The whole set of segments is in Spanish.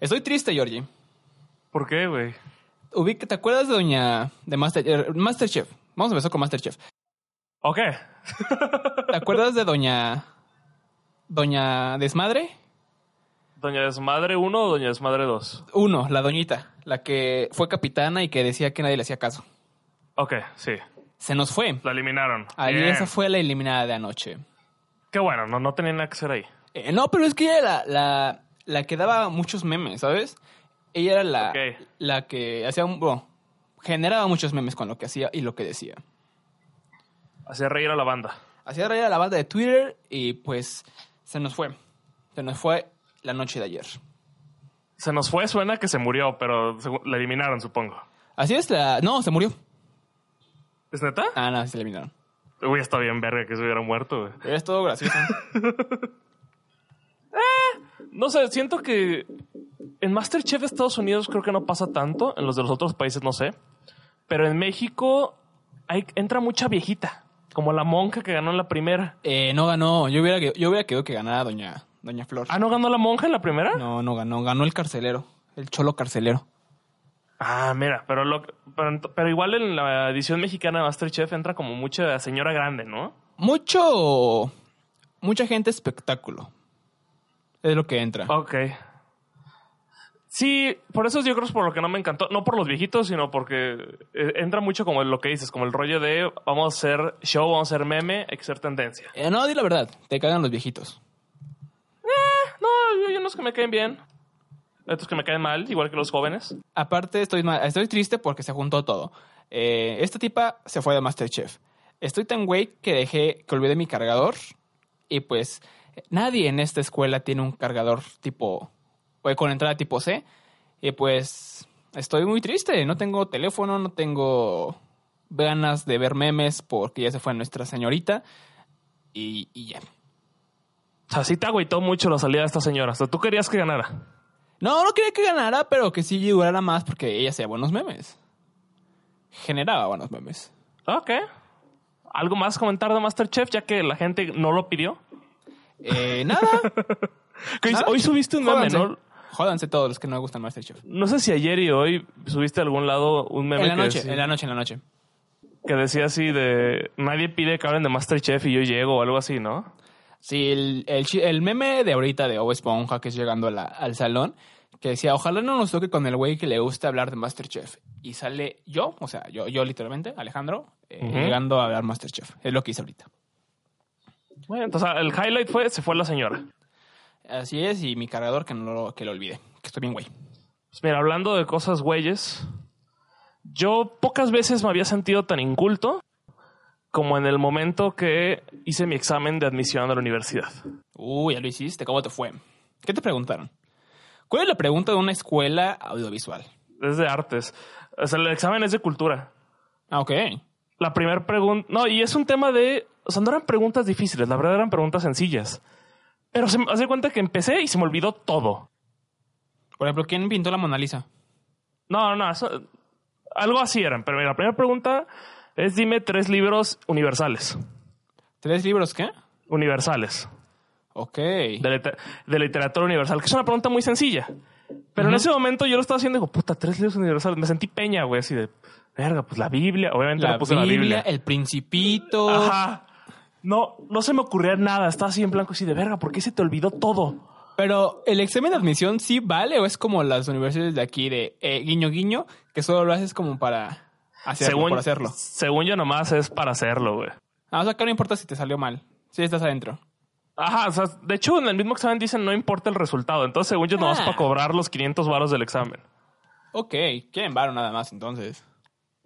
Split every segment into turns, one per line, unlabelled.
Estoy triste, Georgie.
¿Por qué, güey?
Ubica, ¿Te acuerdas de doña... de Master, eh, Masterchef? Vamos a empezar con Masterchef.
Ok.
¿Te acuerdas de doña... doña Desmadre?
¿Doña Desmadre 1 o Doña Desmadre 2?
Uno, la doñita, la que fue capitana y que decía que nadie le hacía caso.
Ok, sí.
Se nos fue.
La eliminaron.
Ahí
Bien.
esa fue la eliminada de anoche.
Qué bueno, no, no tenía nada que hacer ahí.
Eh, no, pero es que ella era la, la, la que daba muchos memes, ¿sabes? Ella era la,
Ok.
la que hacía un... bueno, generaba muchos memes con lo que hacía y lo que decía.
Hacía reír a la banda.
Hacía reír a la banda de Twitter y pues se nos fue. Se nos fue la noche de ayer.
Se nos fue, suena que se murió, pero segu- la eliminaron, supongo.
Así es la... No, se murió.
¿Es neta?
Ah, no, se eliminaron.
Uy, está bien verga que se hubiera muerto, güey.
Pero Es todo gracioso.
No sé, siento que en Masterchef de Estados Unidos creo que no pasa tanto, en los de los otros países no sé, pero en México hay, entra mucha viejita, como la monja que ganó en la primera.
Eh, no ganó. Yo hubiera, yo hubiera querido que ganara doña, doña Flor.
Ah, ¿no ganó la monja en la primera?
No, no ganó. Ganó el carcelero. El cholo carcelero.
Ah, mira, pero, lo, pero, ent- pero igual en la edición mexicana de Masterchef entra como mucha señora grande, ¿no?
Mucho. Mucha gente espectáculo. Es lo que entra.
Ok. Sí, por eso yo creo es por lo que no me encantó. No por los viejitos, sino porque eh, entra mucho como lo que dices, como el rollo de vamos a hacer show, vamos a hacer meme, hay que ser tendencia.
Eh, no, di la verdad. Te cagan los viejitos.
No, yo, yo no es que me caen bien. Estos que me caen mal, igual que los jóvenes.
Aparte, estoy, ma- estoy triste porque se juntó todo. Eh, esta tipa se fue de Masterchef. Estoy tan güey que dejé que olvidé mi cargador. Y pues nadie en esta escuela tiene un cargador tipo. o con entrada tipo C. Y pues estoy muy triste. No tengo teléfono, no tengo ganas de ver memes porque ya se fue nuestra señorita. Y, y ya.
O sea, sí te agüitó mucho la salida de esta señora. O sea, tú querías que ganara.
No, no quería que ganara, pero que sí durara más porque ella hacía buenos memes. Generaba buenos memes.
Ok. ¿Algo más comentar de Masterchef, ya que la gente no lo pidió?
Eh, nada.
Que hoy-
Nada.
Hoy subiste un meme,
Jódanse.
¿no?
Jódanse todos los que no me gustan Masterchef.
No sé si ayer y hoy subiste a algún lado un meme
En la
que
noche,
decía-
en la noche, en la noche.
que decía así de nadie pide que hablen de Masterchef y yo llego o algo así, ¿no?
Sí, el, el, chi- el meme de ahorita de Bob Esponja que es llegando a la- al salón, que decía, ojalá no nos toque con el güey que le gusta hablar de Masterchef. Y sale yo, o sea, yo, yo literalmente, Alejandro, eh,
Ujú.
llegando a hablar Masterchef. Es lo que hice ahorita.
Bueno, entonces el highlight fue se fue la señora.
Así es, y mi cargador que no lo, que lo olvide, que estoy bien güey.
Pues mira, hablando de cosas güeyes, yo pocas veces me había sentido tan inculto como en el momento que hice mi examen de admisión a la universidad.
Uy, ya lo hiciste, ¿cómo te fue? ¿Qué te preguntaron? ¿Cuál es la pregunta de una escuela audiovisual?
Es de artes. O sea, el examen es de cultura.
Ah, ok.
La primera pregunta. No, y es un tema de. O sea, no eran preguntas difíciles, la verdad eran preguntas sencillas. Pero se me hace cuenta que empecé y se me olvidó todo.
Por ejemplo, ¿quién pintó la Mona Lisa?
No, no, eso- algo así eran. Pero mira, la primera pregunta es: dime tres libros universales.
¿Tres libros qué?
Universales.
Ok.
De, liter- de literatura universal, que es una pregunta muy sencilla. Pero en
Ujú.
ese momento yo lo estaba haciendo y digo, puta, tres libros universales. Me sentí peña, güey, así de, verga, pues la Biblia. Obviamente
La
no puse
Biblia,
la Biblia.
el Principito.
Ajá. No, no se me ocurría nada. Estaba así en blanco, así de verga, ¿por qué se te olvidó todo?
Pero el examen de admisión sí vale o es como las universidades de aquí de eh, guiño guiño, que solo lo haces como para hacerlo, por hacerlo.
Según yo nomás es para hacerlo, güey.
Ah, o sea, que no importa si te salió mal, si estás adentro.
Ajá, o sea, de hecho en el mismo examen dicen no importa el resultado. Entonces, según yo, nomás
Ah.
para cobrar los 500 varos del examen.
Ok, quieren varo nada más entonces.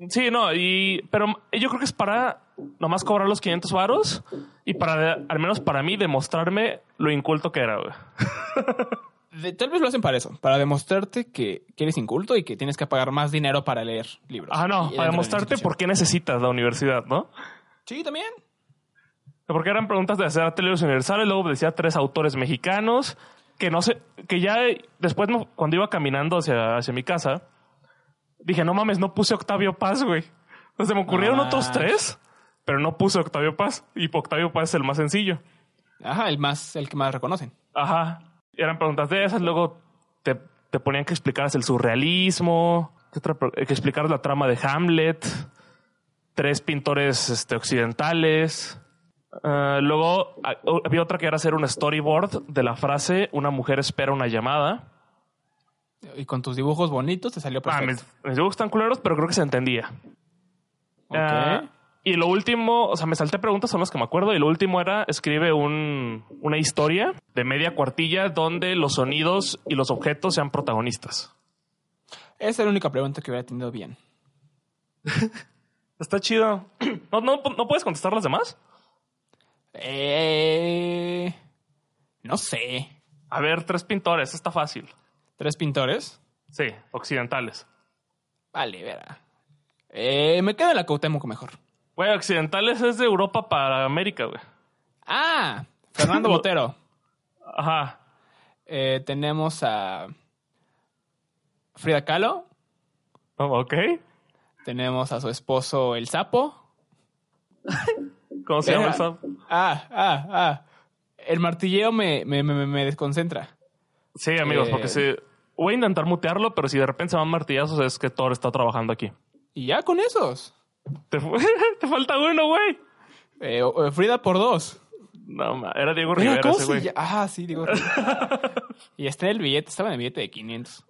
Sí, no, y pero yo creo que es para nomás cobrar los 500 varos y para al menos para mí demostrarme lo inculto que era, güey.
De- tal vez lo hacen para eso, para demostrarte que, que eres inculto y que tienes que pagar más dinero para leer libros.
Ah,
Y
no,
dentro de
para
la
demostrarte
institución.
por qué necesitas la universidad, ¿no?
Sí, también.
Porque eran preguntas de hacer libros universales, luego decía tres autores mexicanos, que no sé, que ya después no- cuando iba caminando hacia, hacia mi casa, dije, no mames, no puse Octavio Paz, güey. O sea, se me ocurrieron
No
otros tres, pero no puse Octavio Paz, y Octavio Paz es el más sencillo.
Ajá, el más, el que más reconocen.
Ajá. Eran preguntas de esas, luego te te ponían que explicaras el surrealismo, ¿qué otra pro- que explicaras la trama de Hamlet, tres pintores este, occidentales. Ah, luego ah, o- había otra que era hacer un storyboard de la frase una mujer espera una llamada.
Y con tus dibujos bonitos te salió
Ah,
perfecto.
mis, mis dibujos están culeros, pero creo que se entendía.
Ok.
Ah, y lo último, o sea, me salté preguntas, son las que me acuerdo. Y lo último era, escribe un- una historia de media cuartilla donde los sonidos y los objetos sean protagonistas.
Esa es la única pregunta que hubiera tenido bien.
Está chido. ¿No, no, no puedes contestar las demás?
Eh, no sé.
A ver, tres pintores, está fácil.
¿Tres pintores?
Sí, occidentales.
Vale, verá. Eh, me quedo en la Cuauhtémoc mejor.
Güey, occidentales es de Europa para América, güey.
Ah, Fernando Botero.
Ajá.
Eh, tenemos a Frida Kahlo.
Oh, Ok.
Tenemos a su esposo el sapo.
¿Cómo se llama
Verga.
eso?
Ah, ah, ah. El martilleo me, me, me, me desconcentra.
Sí, amigos,
Eh.
porque si... Voy a intentar mutearlo, pero si de repente se van martillazos es que Thor está trabajando aquí.
Y ya con esos.
Te, fu- te falta uno, güey.
Eh, o- o Frida por dos.
No, ma, era Diego
Mira,
Rivera
¿cómo
ese
se
güey.
ll- Ah, sí, digo. y está en el billete, estaba en el billete de 500.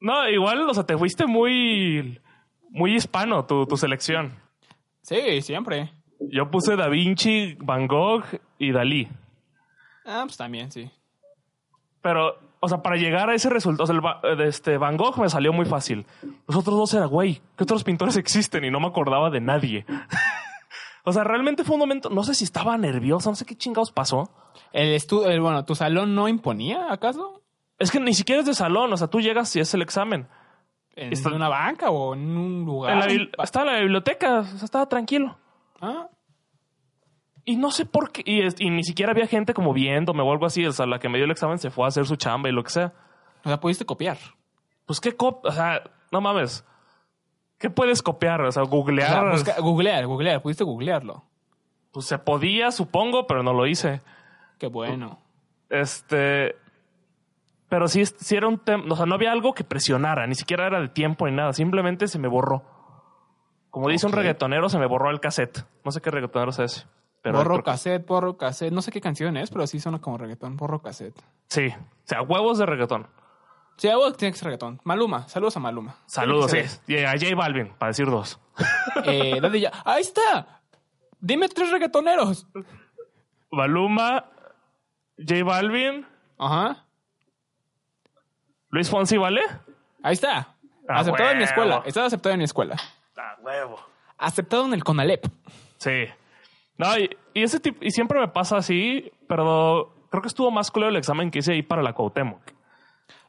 No, igual, o sea, te fuiste muy, muy hispano tu, tu selección.
Sí, siempre.
Yo puse Da Vinci, Van Gogh y Dalí.
Ah, pues también, sí.
Pero, o sea, para llegar a ese resultado, o sea, el Va- eh, de este Van Gogh me salió muy fácil. Los otros dos era, güey, ¿qué otros pintores existen? Y no me acordaba de nadie. o sea, realmente fue un momento, no sé si estaba nervioso, no sé qué chingados pasó.
El estu- el, bueno, ¿tu salón no imponía, acaso?
Es que ni siquiera es de salón, o sea, tú llegas y es el examen.
¿En
Está-
una banca o en un lugar?
En la bil- estaba en la biblioteca, o sea, estaba tranquilo.
Ah,
Y no sé por qué. Y, es- y ni siquiera había gente como viéndome o algo así. O sea, la que me dio el examen se fue a hacer su chamba y lo que sea.
O sea, pudiste copiar.
Pues qué cop. O sea, no mames. ¿Qué puedes copiar? O sea,
O sea,
googlear.
busca- googlear, googlear, pudiste googlearlo.
Pues se podía, supongo, pero no lo hice.
Qué bueno.
Este. Pero sí, es- sí era un tema. O sea, no había algo que presionara. Ni siquiera era de tiempo ni nada. Simplemente se me borró. Como dice un
Ok.
reggaetonero, se me borró el cassette. No sé qué reggaetonero es ese. Pero
borro
creo que-
cassette, borro cassette. No sé qué canción es, pero sí suena como reggaetón. Borro cassette.
Sí. O sea, huevos de reggaetón.
Sí, algo tiene que ser reggaetón. Maluma, saludos a Maluma.
Saludos, sí.
Tiene que ser
Y a J Balvin, para decir dos.
él. Eh, Daddy Ya- ¡Ahí está! Dime tres reggaetoneros.
Baluma, J Balvin,
Ajá.
Luis Fonsi, ¿vale?
Ahí está.
Ah,
aceptado en mi escuela.
huevo.
Estás aceptado en mi escuela.
Ah, huevo.
Aceptado en el Conalep.
Sí. No, y, y ese tipo, y siempre me pasa así, pero creo que estuvo más culero el examen que hice ahí para la Cuauhtémoc.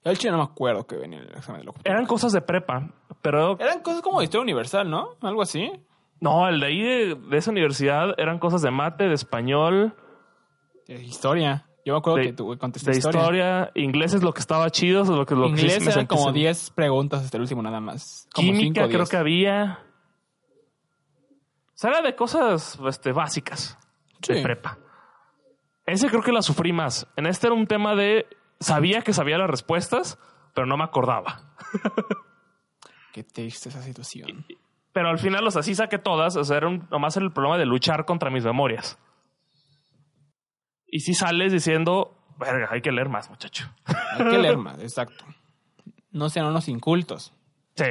El chino no me acuerdo que venía en el examen de locutor.
Eran cosas de prepa, pero
Eran cosas como de historia universal, ¿no? Algo así.
no, el de ahí de, de esa universidad eran cosas de mate, de español,
De historia. Yo me acuerdo
De-
que tú contesté
de historia.
historia.
inglés es lo que estaba chido, es lo que lo que sí
Inglés
me
eran
sentí
como
seguro.
10 preguntas hasta el último nada más. Como
Química
cinco o
creo
10.
que había. O sea, era de cosas este, básicas. de
Sí.
prepa. Ese creo que la sufrí más. En este era un tema de sabía que sabía las respuestas, pero no me acordaba.
Qué triste esa situación.
Pero al final, los sea, sí saqué todas. O sea, era un- nomás el problema de luchar contra mis memorias. Y si sales diciendo, verga, hay que leer más, muchacho.
Hay que leer más, exacto. No sean unos incultos.
Sí.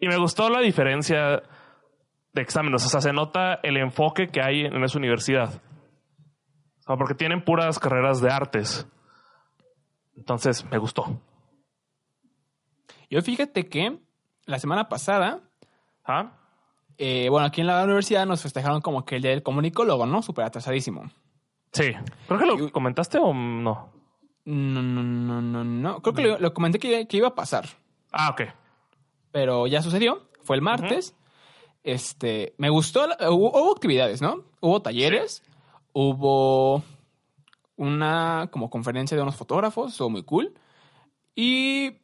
Y me gustó la diferencia de exámenes. O sea, se nota el enfoque que hay en esa universidad. O sea, porque tienen puras carreras de artes. Entonces, me gustó.
Yo fíjate que la semana pasada,
¿Ah?
eh, bueno, aquí en la universidad nos festejaron como que el día del comunicólogo, ¿no? Súper atrasadísimo.
Sí. Creo que lo comentaste o no.
No, no, no, no, no. Creo que lo, lo comenté que, que iba a pasar,
Ah, ok.
pero ya sucedió. Fue el martes. Este, me gustó. la- hubo, hubo actividades, ¿no? Hubo talleres, hubo una como conferencia de unos fotógrafos, estuvo muy cool. Y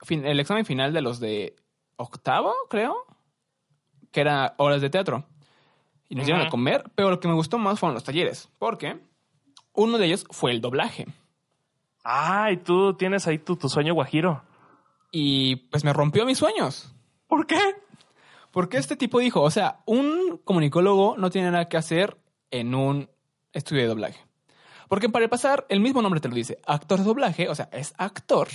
fin- el examen final de los de octavo, creo, que era horas de teatro. Y nos dieron a
Ujú.
comer, pero lo que me gustó más fueron los talleres, porque uno de ellos fue el doblaje.
Ah, y tú tienes ahí tu, tu sueño guajiro.
Y pues me rompió mis sueños.
¿Por qué?
Porque este tipo dijo, o sea, un comunicólogo no tiene nada que hacer en un estudio de doblaje. Porque para pasar, el mismo nombre te lo dice, actor de doblaje, o sea, es actor.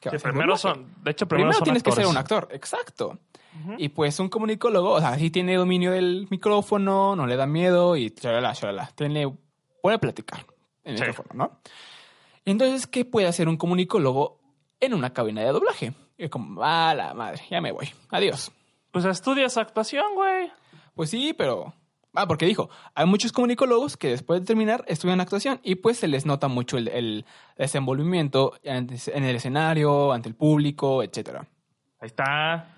que va a
Que
hacer
primero
doblaje.
son. De hecho, primero,
Primero,
son
tienes que
actores.
ser un actor, exacto.
Ujú.
Y pues un comunicólogo, o sea, sí tiene dominio del micrófono, no le da miedo y chalala, chalala. Tiene, puede platicar en el
Sí.
micrófono, ¿no? Entonces, ¿qué puede hacer un comunicólogo en una cabina de doblaje? Y como, a la madre, ya me voy, adiós.
Pues estudias actuación, güey.
Pues sí, pero... Ah, porque dijo, hay muchos comunicólogos que después de terminar estudian actuación y pues se les nota mucho el, el desenvolvimiento ante- en el escenario, ante el público, etcétera.
Ahí está.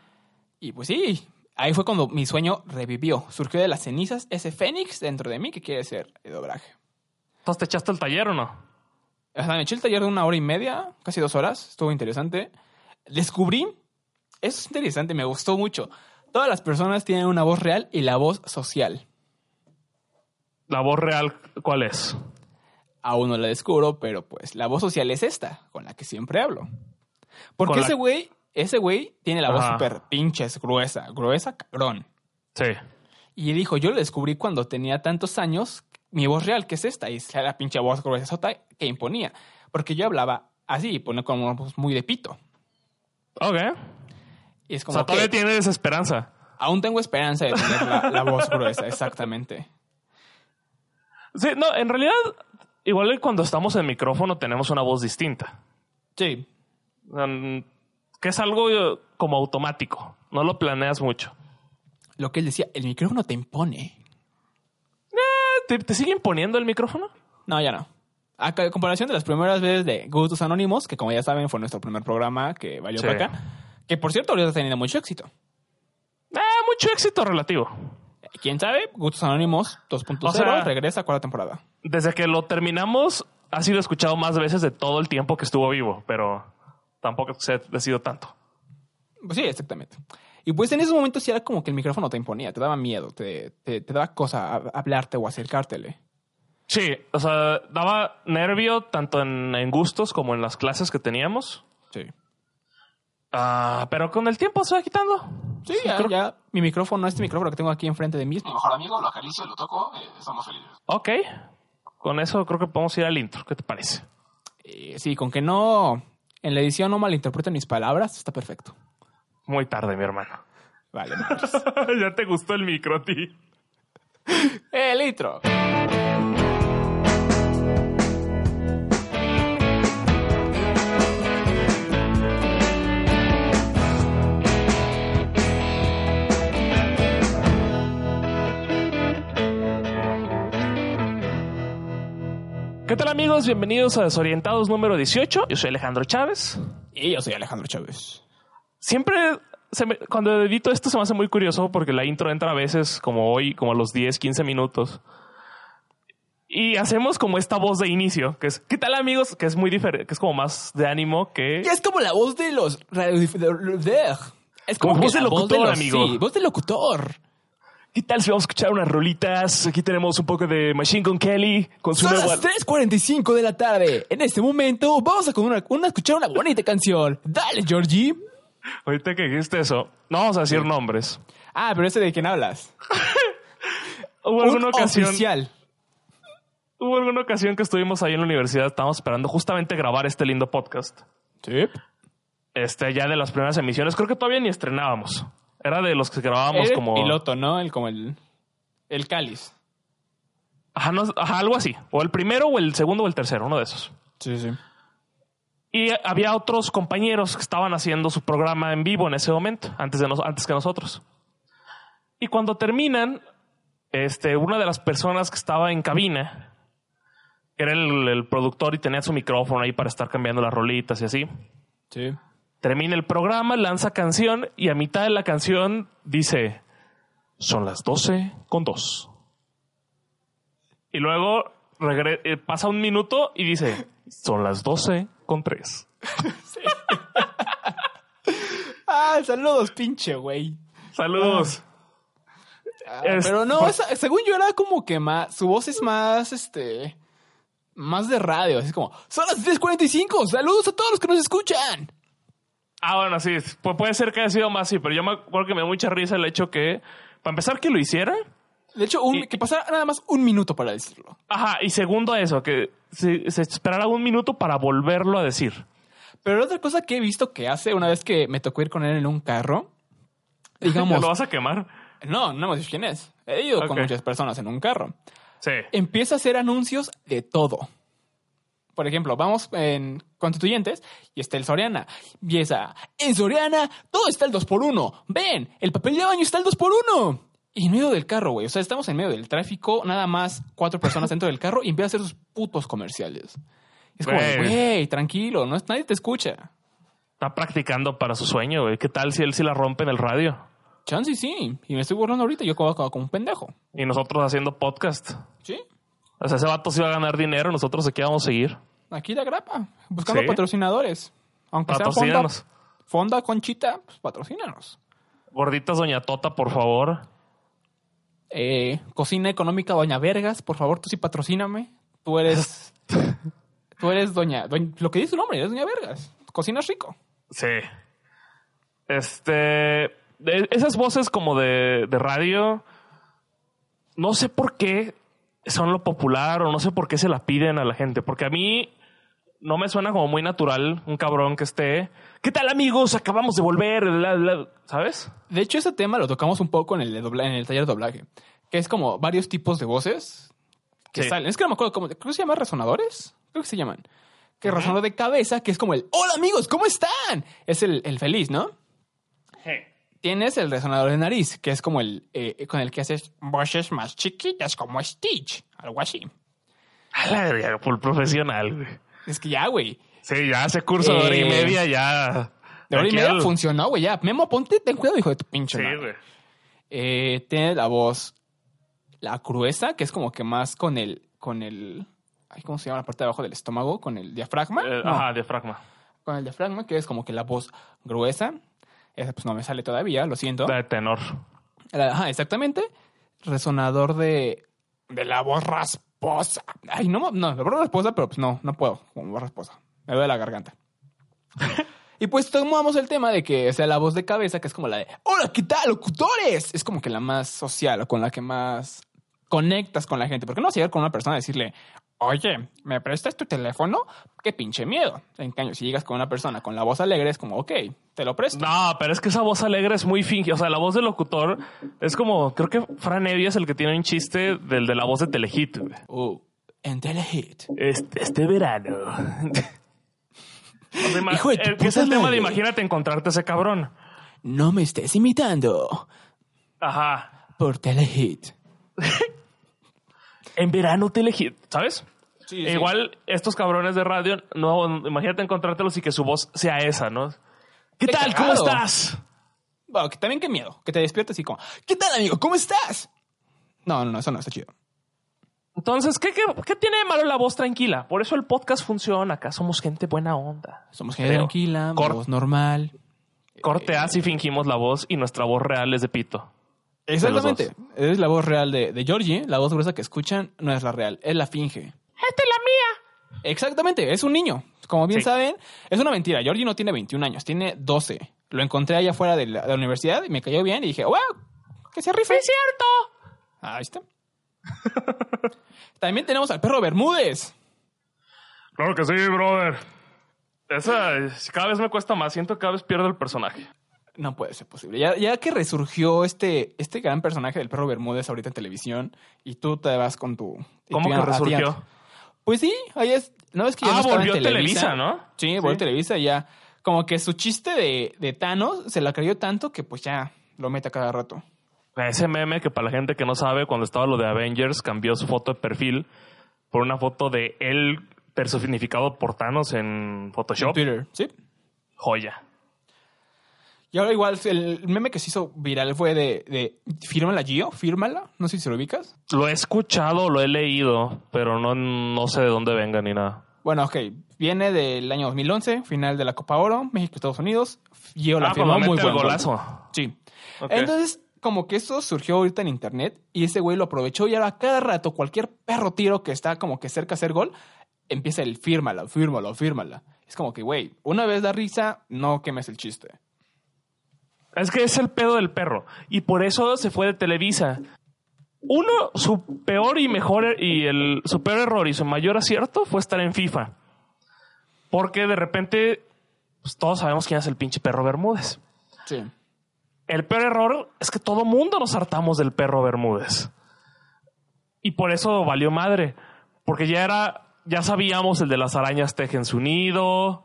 Y pues sí, ahí fue cuando mi sueño revivió. Surgió de las cenizas ese fénix dentro de mí que quiere ser el doblaje.
Entonces te echaste el taller o no?
O sea, me eché el taller de una hora y media, casi dos horas. Estuvo interesante. Descubrí, eso es interesante, me gustó mucho. Todas las personas tienen una voz real y la voz social.
La voz real, ¿cuál es?
Aún no la descubro, pero pues la voz social es esta, con la que siempre hablo. Porque
Con la-
ese güey, ese güey tiene la voz
Ajá.
súper pinches, gruesa, gruesa, cabrón.
Sí.
Y dijo, yo lo descubrí cuando tenía tantos años, mi voz real, que es esta, y es la pinche voz gruesota que imponía. Porque yo hablaba así, y ponía como una voz muy de pito.
Ok.
Y es
O
como
sea,
que
todavía tienes esperanza.
aún tengo esperanza de tener la, la voz gruesa, exactamente.
Sí, no, en realidad, igual que cuando estamos en micrófono tenemos una voz distinta.
Sí,
Mm, Que es algo eh, como automático. No lo planeas mucho.
lo que él decía, el micrófono te impone.
¿Te, te sigue imponiendo el micrófono?
No, ya no. A ca- comparación de las primeras veces de Gustos Anónimos, que como ya saben fue nuestro primer programa que valió
Sí.
para acá, que por cierto ahorita está teniendo mucho éxito.
Eh, mucho éxito relativo.
¿Quién sabe? Gustos Anónimos 2.0
O sea-
regresa a cuarta temporada.
Desde que lo terminamos, ha sido escuchado más veces de todo el tiempo que estuvo vivo, pero tampoco se ha ha sido tanto.
Pues sí, exactamente. Y pues en esos momentos sí era como que el micrófono te imponía, te daba miedo, te, te, te daba cosa a- hablarte o acercártele.
Sí, o sea, daba nervio tanto en, en gustos como en las clases que teníamos.
Sí.
Ah, pero con el tiempo se va quitando.
Sí, ya, ya mi micrófono, este micrófono que tengo aquí enfrente de mí es mi mejor amigo, lo acaricio, lo toco, eh, estamos felices.
Ok. Con eso creo que podemos ir al intro. ¿Qué te parece?
Eh, sí, con que no, en la edición no malinterpreten mis palabras, está perfecto.
Muy tarde, mi hermano.
Vale. madres.
ya te gustó el micro, ti.
el intro.
¿Qué tal, amigos? Bienvenidos a Desorientados número 18. Yo soy Alejandro Chávez.
Y yo soy Alejandro Chávez.
Siempre, se me- cuando edito esto, se me hace muy curioso porque la intro entra a veces, como hoy, como a los 10, 15 minutos. Y hacemos como esta voz de inicio, que es, ¿qué tal, amigos? Que es muy diferente, que es como más de ánimo que...
Y es como la voz de los... radio- de- de- Es como,
Como
que
voz de
la
locutor,
los-
amigo.
Sí, voz de locutor.
¿Qué tal si vamos a escuchar unas rolitas? Aquí tenemos un poco de Machine Gun Kelly con su
Son
nuevo...
las 3.45 de la tarde. En este momento vamos a, con una, una- escuchar una bonita canción. Dale, Georgie.
Ahorita que dijiste eso, no vamos a decir nombres.
Ah, pero ese de quién hablas.
Hubo
Un
alguna ocasión...
oficial.
Hubo alguna ocasión que estuvimos ahí en la universidad, estábamos esperando justamente grabar este lindo podcast.
Sí.
Este, ya de las primeras emisiones, creo que todavía ni estrenábamos. Era de los que grabábamos como.
piloto, ¿no? El, como el, el cáliz.
Ajá, no- ajá, algo así. O el primero, o el segundo, o el tercero, uno de esos.
Sí, sí.
Y había otros compañeros que estaban haciendo su programa en vivo en ese momento, antes, de nos- antes que nosotros. Y cuando terminan, este, una de las personas que estaba en cabina, que era el, el productor y tenía su micrófono ahí para estar cambiando las rolitas y así,
Sí.
Termina el programa, lanza canción y a mitad de la canción dice, son las 12 con 2. Y luego regre- eh, pasa un minuto y dice, son las 12 con 3.
Ah, saludos, pinche güey.
Saludos.
Ah,
Es-
pero no,
por-
esa- según yo era como que más. Su voz es más, este. más de radio. Así como, son las 10.45, saludos a todos los que nos escuchan.
Ah, bueno, sí. Pu- puede ser que haya sido más, sí, pero yo me acuerdo que me dio mucha risa el hecho que, para empezar, que lo hiciera.
De hecho, un-
Y-
que pasara nada más un minuto para decirlo.
Ajá, y segundo eso, que se, se esperara un minuto para volverlo a decir.
Pero la otra cosa que he visto que hace una vez que me tocó ir con él en un carro, digamos,
¿Lo vas a quemar?
no, no hemos dicho quién es. He ido con
Ok.
muchas personas en un carro.
Sí.
Empieza a hacer anuncios de todo. Por ejemplo, vamos en Constituyentes y está el Soriana. Empieza, en Soriana todo está el 2x1. Ven, el papel de baño está el 2x1. Y en medio del carro, güey. O sea, estamos en medio del tráfico, nada más cuatro personas dentro del carro y empieza a hacer sus putos comerciales. Es como,
Güey.
güey, tranquilo, no es, nadie te escucha.
Está practicando para su sueño, güey. ¿Qué tal si él sí la rompe en el radio?
Chance y sí. Y me estoy burlando ahorita, yo como, como, como un pendejo.
Y nosotros haciendo podcast.
Sí,
O sea, ese vato sí va a ganar dinero, nosotros aquí vamos a seguir.
aquí la grapa, buscando
Sí.
patrocinadores. Aunque sea Honda,
Patrocínanos.
Fonda Conchita, pues patrocínanos.
Gorditas Doña Tota, por favor.
Eh, Cocina Económica Doña Vergas, por favor, tú sí patrocíname. Tú eres. tú eres Doña, doña- Lo que dice su nombre, eres Doña Vergas. Cocinas rico.
Sí. Este. e- Esas voces como de, de radio. No sé por qué son lo popular o no sé por qué se la piden a la gente. Porque a mí no me suena como muy natural un cabrón que esté. ¿Qué tal, amigos? Acabamos de volver. la, la", ¿Sabes?
De hecho, ese tema lo tocamos un poco en el, de dobla- en el taller de doblaje, que es como varios tipos de voces que
Sí.
salen. Es que no me acuerdo cómo. Creo que se llaman resonadores. Creo que se llaman. Que resonador de cabeza, que es como el Hola amigos, ¿cómo están? Es el, el feliz, ¿no? Tienes el resonador de nariz, que es como el eh, con el que haces voces más chiquitas, como Stitch, algo así.
A la verga, full profesional, güey.
Es que ya, güey.
Sí, ya hace curso de hora y
Eh,
media, ya.
De hora y
Aquí
media
al-
funcionó, güey. Ya, Memo, ponte, ten cuidado, hijo de tu pinche.
Sí,
madre.
güey.
Eh, tiene la voz, la gruesa, que es como que más con el, con el, ay, ¿cómo se llama la parte de abajo del estómago? Con el diafragma.
Eh,
No,
Ajá, diafragma.
Con el diafragma, que es como que la voz gruesa. Esa pues no me sale todavía, lo siento.
La de tenor.
La- Ajá, exactamente. Resonador de, de la voz rasposa. Ay, no, no, la voz rasposa, pero pues no, no puedo con voz rasposa. Me duele la garganta. y pues tomamos el tema de que sea la voz de cabeza, que es como la de, hola, ¿qué tal, locutores? Es como que la más social, o con la que más conectas con la gente. Porque no vas a llegar con una persona a decirle, oye, ¿me prestas tu teléfono? Qué pinche miedo. En cambio, si llegas con una persona con la voz alegre, es como, ok, te lo presto.
No, pero es que esa voz alegre es muy fingida. O sea, la voz del locutor es como. Creo que Fran Evia es el que tiene un chiste del de la voz de Telehit, güey.
Uh, en Telehit.
Este, este verano. O sea, ima-
Hijo de tu
eh, es el
puta
tema de
madre.
imagínate encontrarte a ese cabrón.
No me estés imitando
Ajá.
por Telehit.
En verano Telehit, ¿sabes?
Sí,
E Igual estos cabrones de radio, no, imagínate encontrártelos y que su voz sea esa, ¿no? ¿Qué
Qué
tal? ¿Cómo
cagado.
estás?
Bueno, que también qué miedo, que te despiertes y como, ¿qué tal amigo? ¿Cómo estás? No, no, no, eso no está chido.
Entonces, ¿qué, qué, qué tiene de malo la voz tranquila? Por eso el podcast funciona. Acá somos gente buena onda.
Somos gente
Creo.
tranquila,
Cor-
voz normal.
Corte
Eh,
así fingimos la voz y nuestra voz real es de pito.
Exactamente. Es la voz real de, de Georgie, ¿eh? la voz gruesa que escuchan no es la real, es la finge.
Esta es la mía.
Exactamente, es un niño. Como bien
Sí.
saben, es una mentira. Georgie no tiene 21 años, tiene 12. Lo encontré allá afuera de la, de la universidad y me cayó bien y dije, wow, que se rife.
Es cierto.
Ahí está. también tenemos al perro Bermúdez.
Claro que sí, brother. Esa es- cada vez me cuesta más. Siento que cada vez pierdo el personaje.
No puede ser posible. Ya, ya que resurgió este, este gran personaje del perro Bermúdez ahorita en televisión y tú te vas con tu... y
¿Cómo
tú ya-
que
a ti ya-
resurgió?
Pues sí, ahí es... No ves que ya
Ah,
no estaba
volvió
en
Televisa, ¿no?
Sí, volvió
Sí.
a Televisa ya. Como que su chiste de, de Thanos se la creyó tanto que pues ya lo mete a cada rato.
Ese meme que para la gente que no sabe, cuando estaba lo de Avengers, cambió su foto de perfil por una foto de él personificado por Thanos en
En
Photoshop.
Twitter, sí.
Joya.
Y ahora igual el meme que se hizo viral fue de, de fírmala Gio, fírmala. No sé si se lo ubicas.
Lo he escuchado, lo he leído, pero no, no sé de dónde venga ni nada.
Bueno, ok. Viene del año 2011, final de la Copa Oro, México-Estados Unidos. Gio la
Ah,
firmó
cuando
muy
mete el
buen gol.
golazo.
Sí.
Ok.
Entonces, como que eso surgió ahorita en este internet y ese güey lo aprovechó y ahora cada rato cualquier perro tiro que está como que cerca a hacer gol empieza el fírmala, fírmalo, fírmala. Es como que, güey, una vez da risa, no quemes el chiste.
Es que es el pedo del perro. Y por eso se fue de Televisa. Uno, su peor y mejor y el su peor error y su mayor acierto fue estar en FIFA. Porque de repente pues, todos sabemos quién es el pinche perro Bermúdez.
Sí.
El peor error es que todo mundo nos hartamos del perro Bermúdez. Y por eso valió madre. Porque ya era, ya sabíamos el de las arañas tejen su nido,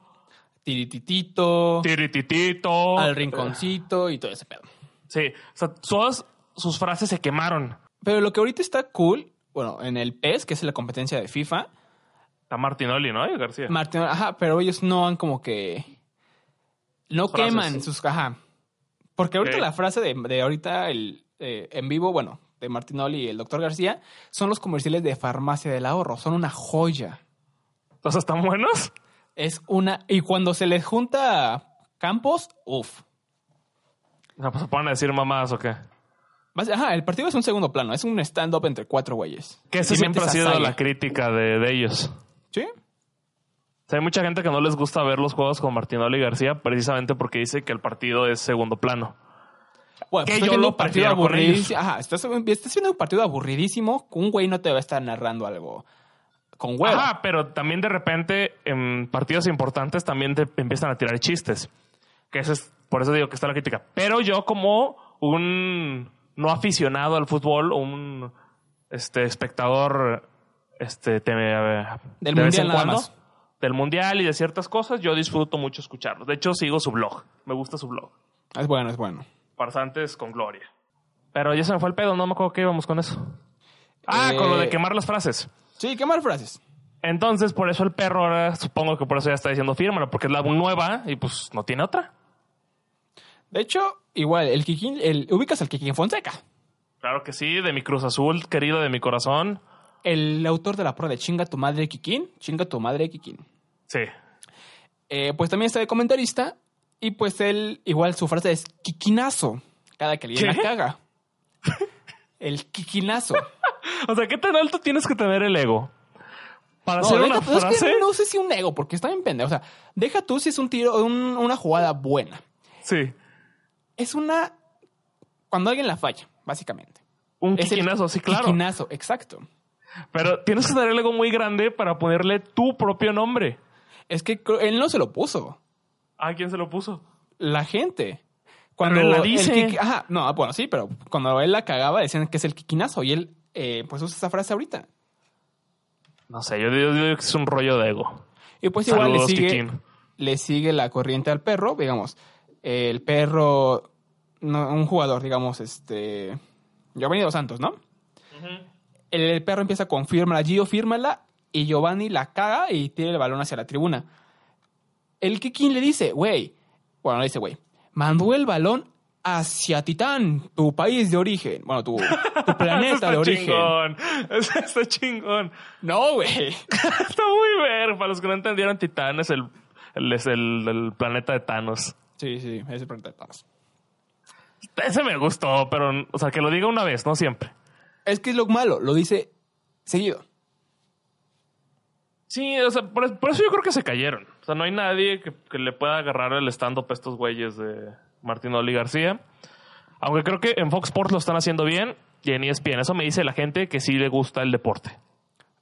Tirititito,
tirititito.
al rinconcito y todo ese pedo.
Sí, o sea, todas sus frases se quemaron.
Pero lo que ahorita está cool, bueno, en el PES, que es la competencia de FIFA,
Está Martinoli, ¿no? Y García.
Martín, ajá, pero ellos no han como que. No
Frases.
queman sus. Ajá. Porque ahorita
Ok.
la frase de, de ahorita el eh, en vivo, bueno, de Martinoli y el doctor García, son los comerciales de Farmacia del Ahorro. Son una joya.
O sea, ¿están buenos?
Es una. Y cuando se les junta Campos, uff.
O sea, pues, se ponen a decir mamadas o qué.
Ajá, el partido es un segundo plano, es un stand-up entre cuatro güeyes.
Que esa
Y
siempre ha
metes a
sido
Saya.
la crítica de, de ellos.
Sí.
O sea, hay mucha gente que no les gusta ver los juegos con Martinoli y García precisamente porque dice que el partido es segundo plano.
Bueno,
Que
pues,
yo
estás viendo
lo
un partido
prefiero con ellos.
aburridísimo. Ajá, estás, estás viendo un partido aburridísimo. Un güey no te va a estar narrando algo con huevo.
Ajá, pero también de repente en partidos importantes también te empiezan a tirar chistes. Que eso es, por eso digo que está la crítica. Pero yo como un no aficionado al fútbol, un este espectador este te-
Del
de vez
Mundial
en
nada
cuando,
más.
del mundial y de ciertas cosas, yo disfruto mucho escucharlo. De hecho sigo su blog, me gusta su blog,
Es bueno, es bueno.
Farsantes con Gloria. Pero ya se me fue el pedo, no me acuerdo qué íbamos con eso. Ah, con lo
Eh,
de quemar las frases.
Sí, qué mal frases.
Entonces, por eso el perro ahora, supongo que por eso ya está diciendo fírmalo, porque es la nueva y pues no tiene otra.
De hecho, igual, el Kikín, el, ubicas al Kikín Fonseca,
Claro que sí, de mi Cruz Azul, querido de mi corazón.
el autor de la prueba de Chinga tu madre Kikín, Chinga tu madre Kikín.
Sí.
Eh, pues también está de comentarista y pues él, igual su frase es Kikinazo, cada que alguien la
¿Qué?
caga. El Kikinazo.
O sea, ¿qué tan alto tienes que tener el ego? Para
No,
hacer
deja
una
tú, es que
frase.
no sé si un ego, porque está bien pendejo. O sea, deja tú si es un tiro, un- una jugada buena.
Sí.
Es una... Cuando alguien la falla, básicamente.
Un
Es el
quiquinazo, sí, claro.
Kikinazo, exacto.
Pero tienes que tener el ego muy grande para ponerle tu propio nombre.
Es que creo- él no se lo puso.
¿A Ah, quién se lo puso?
la gente. Cuando
él la
el
dice.
Kiki- ajá, no, ah, bueno, sí, pero cuando él la cagaba decían que es el kikinazo y él eh, pues usa esa frase ahorita.
No sé, yo digo, yo digo que es un rollo de ego.
Y pues igual le
Saludos,
sigue,
Kikín.
le sigue la corriente al perro, digamos. El perro, no, un jugador, digamos, este. Giovanni dos Santos, ¿no? el, el perro empieza con fírmala, Gio, fírmala, y Giovanni la caga y tira el balón hacia la tribuna. El Kikin le dice, güey, bueno, no le dice, güey, mandó el balón hacia Titán, tu país de origen, bueno, tu, tu
Eso
planeta de
está
origen.
chingón. Eso está chingón.
No, güey.
Está muy ver. Para los que no entendieron, Titán es el, el- es el, el planeta de Thanos.
Sí, sí, ese planeta de Thanos.
Ese me gustó, pero, o sea, que lo diga una vez, no siempre.
Es que es lo malo, lo dice seguido.
Sí, o sea, por, por eso yo creo que se cayeron. O sea, no hay nadie que, que le pueda agarrar el stand-up a estos güeyes de Martín Oli García. Aunque creo que en Fox Sports lo están haciendo bien y en E ESPN. Eso me dice la gente que sí le gusta el deporte.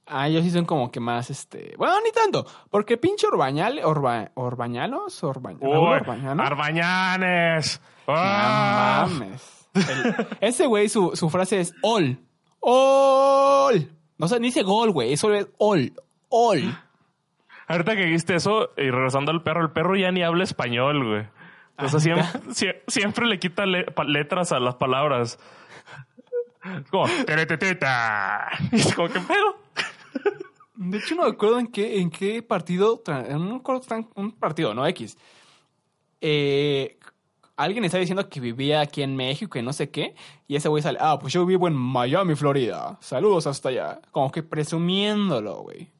Ah, ellos sí son como que más, este... Bueno, ni tanto, porque pinche Orbañal... Orba, ¿Orbañanos? Orba, Raúl
Uy,
Orbañanos.
Arbañanes. Ah.
No mames. El- ese güey, su, su frase es all. All. No sé, ni dice gol, güey. Eso es all. All.
Ahorita que dijiste eso, y regresando al perro, el perro ya ni habla español, güey.
Ah,
O sea, siem- sie- siempre, le quita le- pa- letras a las palabras. Como, "Tereteteta". Y es como, ¿qué pedo?
De hecho, no me acuerdo en qué, en qué partido. tra- No me acuerdo tan- un partido, no X. Eh, alguien está diciendo que vivía aquí en México y no sé qué. Y ese güey sale. Ah, pues yo vivo en Miami, Florida. Saludos hasta allá. Como que presumiéndolo, güey.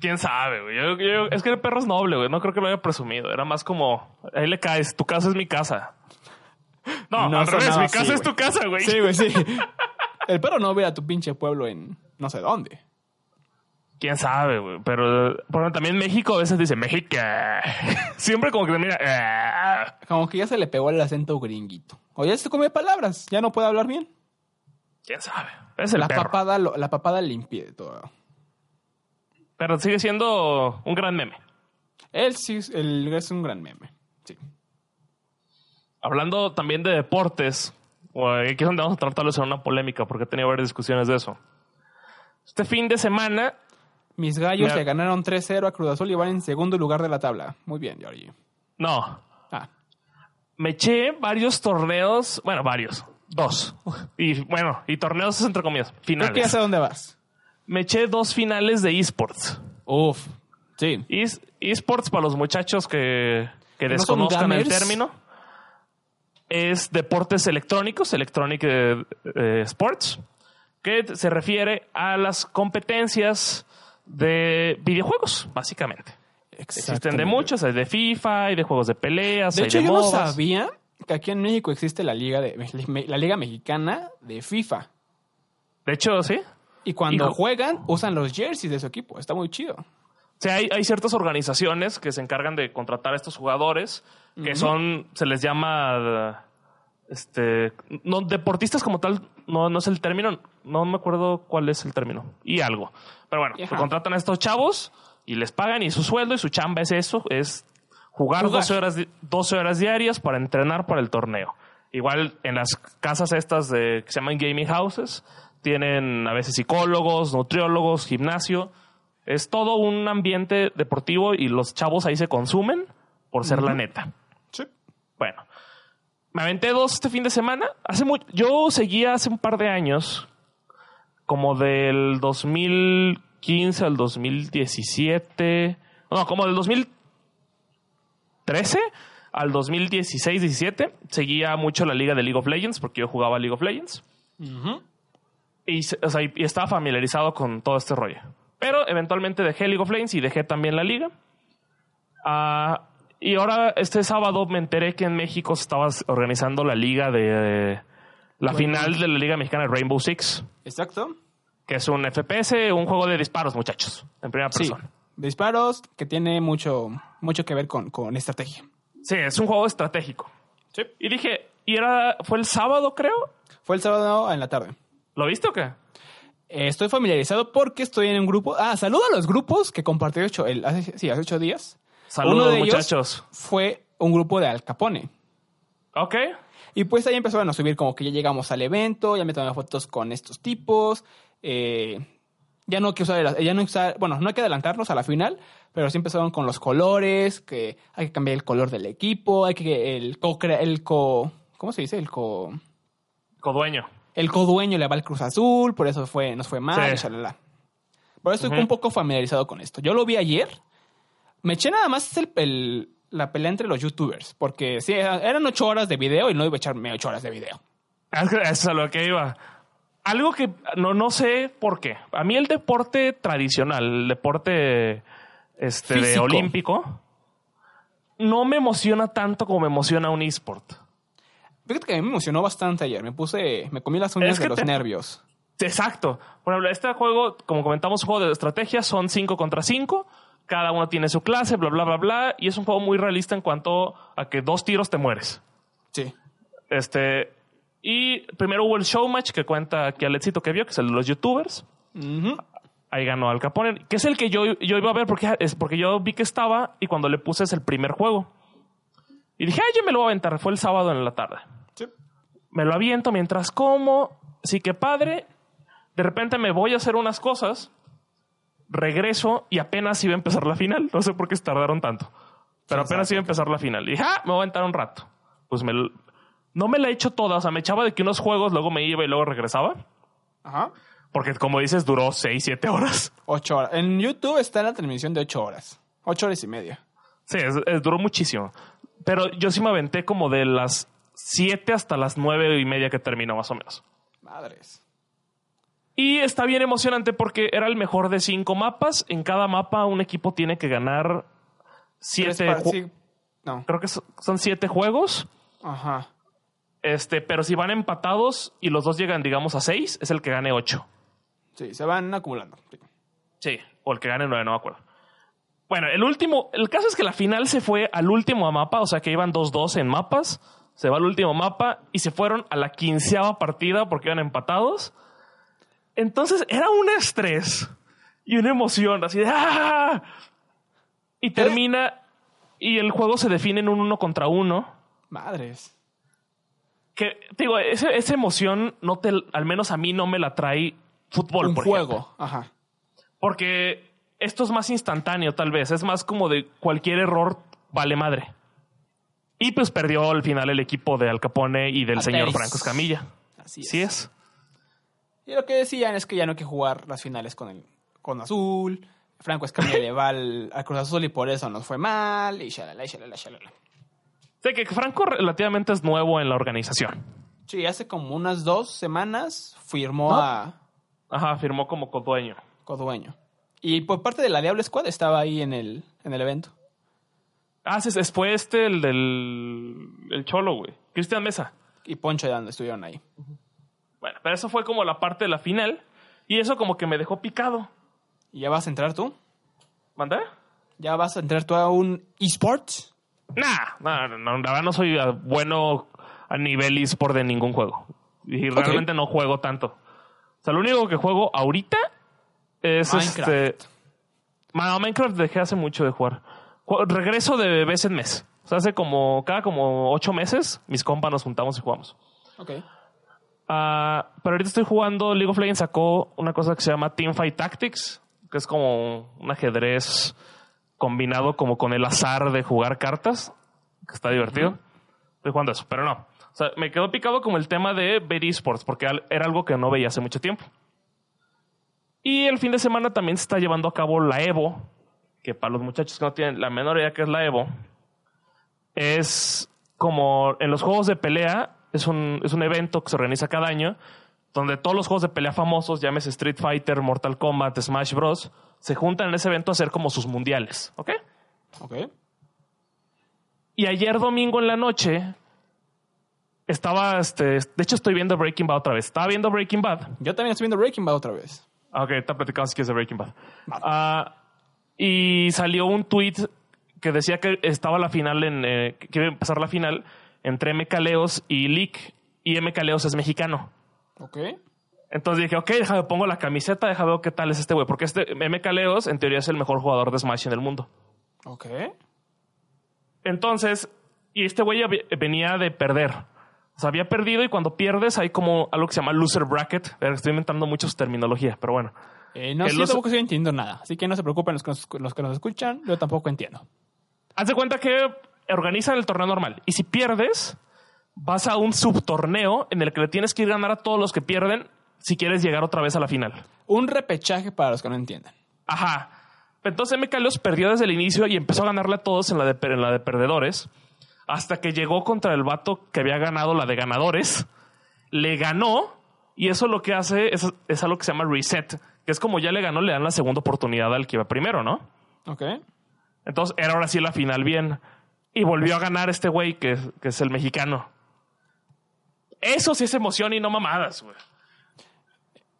¿Quién sabe, güey? Yo- yo- es que el perro es noble, güey. No creo que lo haya presumido. Era más como, ahí le caes, tu casa es mi casa. No,
No
al
sonaba
revés, mi
así,
casa es
güey.
tu casa, güey.
Sí, güey, sí. El perro no ve a tu pinche pueblo en no sé dónde.
Quién sabe, güey. Pero bueno, también México a veces dice México. Siempre como que mira. "Ah".
Como que ya se le pegó el acento gringuito. O ya se come palabras, ya no puede hablar bien.
Quién sabe. Es el
la
perro.
papada, lo- la papada limpia de todo.
Pero sigue siendo un gran meme.
Él sí es- él es un gran meme. Sí.
Hablando también de deportes, güey, aquí es donde vamos a tratarlos en una polémica, porque he tenido varias discusiones de eso. Este fin de semana,
Mis gallos
Me-
le ganaron 3-0 a Cruz Azul y van en segundo lugar de la tabla. Muy bien, Georgie.
no,
Ah,
me eché varios torneos, bueno, varios, dos. Y bueno, y torneos entre comillas,
creo que ya
finales.
sé dónde vas.
Me eché dos finales de esports.
Uf. Sí.
Es- Esports para los muchachos que, que
no son
desconozcan el
gamers.
término. Es deportes electrónicos, electronic eh, eh, sports, que t- se refiere a las competencias de videojuegos, básicamente. Existen de muchos, hay de FIFA, hay de juegos de peleas,
De
hay
hecho,
de
yo no
MOBAs.
sabía que aquí en México existe la Liga, de, la Liga Mexicana de FIFA.
De hecho, sí.
Y cuando
Hijo.
juegan, usan los jerseys de su equipo. Está muy chido.
O sea, hay, hay ciertas organizaciones que se encargan de contratar a estos jugadores que son, se les llama, este, no, deportistas como tal, no, no es el término, no me acuerdo cuál es el término, y algo. Pero bueno,
Ajá.
contratan a estos chavos y les pagan y su sueldo y su chamba es eso, es jugar,
Jugar.
12, horas, di- 12 horas diarias para entrenar para el torneo. Igual en las casas estas de, que se llaman gaming houses, tienen a veces psicólogos, nutriólogos, gimnasio. Es todo un ambiente deportivo y los chavos ahí se consumen por ser la neta.
Sí.
Bueno, me aventé dos este fin de semana. Hace mu- yo seguía hace un par de años, como del 2015 al 2017, no, como del 2013 al 2016-17, seguía mucho la liga de League of Legends porque yo jugaba League of Legends y, se- o sea, y- y estaba familiarizado con todo este rollo. Pero eventualmente dejé League of Legends y dejé también la liga. Ah, y ahora este sábado me enteré que en México se estaba organizando la liga de... la
Rainbow.
final de la Liga Mexicana de Rainbow Six,
Exacto.
que es un FPS, un juego de disparos, muchachos, en primera
Sí.
persona.
Disparos que tiene mucho, mucho que ver con, con estrategia.
Sí, es un juego estratégico.
Sí.
Y dije, y era, fue el sábado, creo.
Fue el sábado en la tarde.
¿Lo viste o qué?
Eh, estoy familiarizado porque estoy en un grupo. Ah, saludo a los grupos que compartí ocho, el, hace, sí, hace ocho días. Uno
Saludos,
de ellos
muchachos.
Fue un grupo de Al Capone.
Ok.
Y pues ahí empezaron a subir como que ya llegamos al evento, ya me tomé fotos con estos tipos. eh, ya no hay que usar, el- ya no hay que usar, bueno, no hay que adelantarnos a la final, pero sí empezaron con los colores, que hay que cambiar el color del equipo, hay que el co el co ¿cómo se dice? El co
Codueño.
el codueño le va al Cruz Azul, por eso fue nos fue mal,
Sí.
y shalala. Por eso estoy
Ujú.
un poco familiarizado con esto. Yo lo vi ayer. Me eché nada más el, el- la pelea entre los youtubers, porque sí, era- eran ocho horas de video y no iba a echarme ocho horas de video.
Es que Eso es a lo que iba. Algo que no, no sé por qué. A mí el deporte tradicional, el deporte este, de
Físico.
olímpico, no me emociona tanto como me emociona un esport.
Fíjate que a mí me emocionó bastante ayer. Me puse, me comí las uñas
Es que
de los
te-
nervios.
Exacto. Por ejemplo, este juego, como comentamos, juego de estrategia, son 5 contra 5. Cada uno tiene su clase, bla, bla, bla, bla. Y es un juego muy realista en cuanto a que dos tiros te mueres.
Sí.
Este. Y primero hubo el showmatch que cuenta aquí Alexito que vio, que es el de los youtubers.
Ujú.
Ahí ganó Al Capone, que es el que yo, yo iba a ver porque es porque yo vi que estaba y cuando le puse es el primer juego. Y dije, ay, yo me lo voy a aventar. Fue el sábado en la tarde.
Sí.
Me lo aviento mientras como. Sí que padre. De repente me voy a hacer unas cosas. Regreso y apenas iba a empezar la final. No sé por qué se tardaron tanto. Pero
Sí,
apenas
exacto.
iba a empezar la final. Y dije, ah, me voy a aventar un rato. Pues me, lo- no me la he hecho toda. O sea, me echaba de que unos juegos, luego me iba y luego regresaba.
Ajá.
Porque como dices, duró 6, 7 horas.
Ocho horas. En YouTube está la transmisión de ocho horas. Ocho horas y media.
Sí, es- es- duró muchísimo. Pero yo sí me aventé como de las 7 hasta las 9 y media que terminó, más o menos.
Madres.
Y está bien emocionante porque era el mejor de 5 mapas. En cada mapa un equipo tiene que ganar
Tres
7...
par- sí. No.
Creo que so- son 7 juegos.
Ajá.
Este, pero si van empatados y los dos llegan, digamos, a 6, es el que gane 8.
Sí, se van acumulando. Sí.
Sí, o el que gane nueve, no me acuerdo. Bueno, el último, el caso es que la final se fue al último mapa, o sea que iban 2-2 en mapas, se va al último mapa y se fueron a la quinceava partida porque iban empatados. Entonces era un estrés y una emoción, así de ¡ah! Y termina, y el juego se define en un uno contra uno
Madres.
que te digo, ese- esa emoción no te, al menos a mí no me la trae fútbol,
un
por
juego.
ejemplo.
Ajá.
Porque esto es más instantáneo, tal vez. Es más como de cualquier error vale madre. Y pues perdió al final el equipo de Al Capone y del
Ateris.
señor Franco Escamilla.
Así es.
Sí es.
Y lo que decían es que ya no hay que jugar las finales con el con Azul. Franco Escamilla le va al, al Cruz Azul y por eso nos fue mal. Y shalala, y shalala, shalala.
Sé que Franco relativamente es nuevo en la organización.
Sí, hace como unas dos semanas firmó
¿No?
a
Ajá, firmó como codueño.
Codueño. Y por parte de la Diablo Squad estaba ahí en el, en el evento.
Ah, sí, sí, fue este el del el Cholo, güey. Cristian Mesa.
Y Poncho de donde estuvieron ahí.
Bueno, pero eso fue como la parte de la final. Y eso como que me dejó picado.
¿Y ya vas a entrar tú?
¿Mandé?
¿Ya vas a entrar tú a un eSport?
Nah, nah, no, no, la verdad no soy ah, bueno a nivel eSport de ningún juego. Y realmente no juego tanto. O sea, lo único que juego ahorita es
Minecraft.
este. Ma- Minecraft dejé hace mucho de jugar. Ju- Regreso de vez en mes. O sea, hace como cada como ocho meses mis compas nos juntamos y jugamos.
Ok.
Ah, pero ahorita estoy jugando League of Legends sacó una cosa que se llama Teamfight Tactics, que es como un ajedrez combinado como con el azar de jugar cartas, que está divertido. Estoy jugando eso, pero no. O sea, me quedó picado como el tema de ver esports, porque al- era algo que no veía hace mucho tiempo. Y el fin de semana también se está llevando a cabo la Evo, que para los muchachos que no tienen la menor idea que es la Evo, es como en los juegos de pelea, es un, es un evento que se organiza cada año, donde todos los juegos de pelea famosos, llámese Street Fighter, Mortal Kombat, Smash Bros., se juntan en ese evento a hacer como sus mundiales, ¿ok?
Ok.
Y ayer domingo en la noche estaba, este, de hecho estoy viendo Breaking Bad otra vez, estaba viendo Breaking Bad
Yo también estoy viendo Breaking Bad otra vez.
Ah, Ok, está platicando si quieres de Breaking Bad.
Vale.
Ah, y salió un tweet que decía que estaba la final en. eh, que iba a empezar la final entre M. Caleos y Leak. Y M. Caleos es mexicano.
Ok.
Entonces dije, ok, déjame pongo la camiseta, déjame ver qué tal es este güey. Porque este M. Caleos, en teoría, es el mejor jugador de Smash en el mundo.
Ok.
Entonces, y este güey había- venía de perder. O sea, había perdido y cuando pierdes hay como algo que se llama loser bracket. Eh, Estoy inventando muchos terminología, pero bueno.
Eh, no,
Que
sí,
los-
tampoco estoy entendiendo nada. Así que no se preocupen los que nos, los que nos escuchan. Yo tampoco entiendo.
Haz de cuenta que organizan el torneo normal. Y si pierdes, vas a un subtorneo en el que le tienes que ir a ganar a todos los que pierden si quieres llegar otra vez a la final.
Un repechaje para los que no entienden.
Ajá. Entonces MKLeos perdió desde el inicio y empezó a ganarle a todos en la de, per- en la de perdedores. Hasta que llegó contra el vato que había ganado la de ganadores. Le ganó. Y eso lo que hace es, es algo que se llama reset. Que es como ya le ganó, le dan la segunda oportunidad al que iba primero, ¿no?
Ok.
Entonces era ahora sí la final bien. Y volvió a ganar este güey que, es- que es el mexicano. Eso sí es emoción y no mamadas, güey.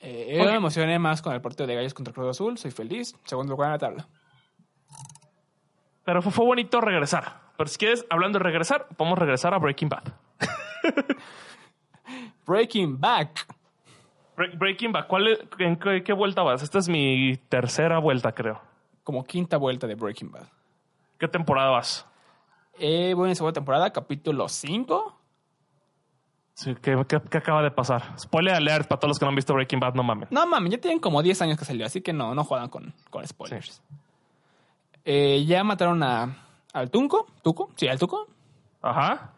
Eh, Yo
Ok.
me emocioné más con el partido de Gallos contra Cruz Azul. Soy feliz. Segundo lugar en la tabla.
Pero fue, fue bonito regresar. Pero si quieres, hablando de regresar, podemos regresar a Breaking Bad.
Breaking Back.
Bre- Breaking Bad, ¿cuál es- ¿en qué, qué vuelta vas? Esta es mi tercera vuelta, creo.
Como quinta vuelta de Breaking Bad.
¿Qué temporada vas?
Eh, voy en segunda temporada, capítulo 5.
Sí, ¿Qué, qué- qué acaba de pasar? Spoiler alert para todos los que no han visto Breaking Bad, no mames.
No mames, ya tienen como 10 años que salió, así que no, no juegan con, con spoilers. Eh, ya mataron a, al Tunco. ¿Tuco? Sí, al Tuco.
Ajá.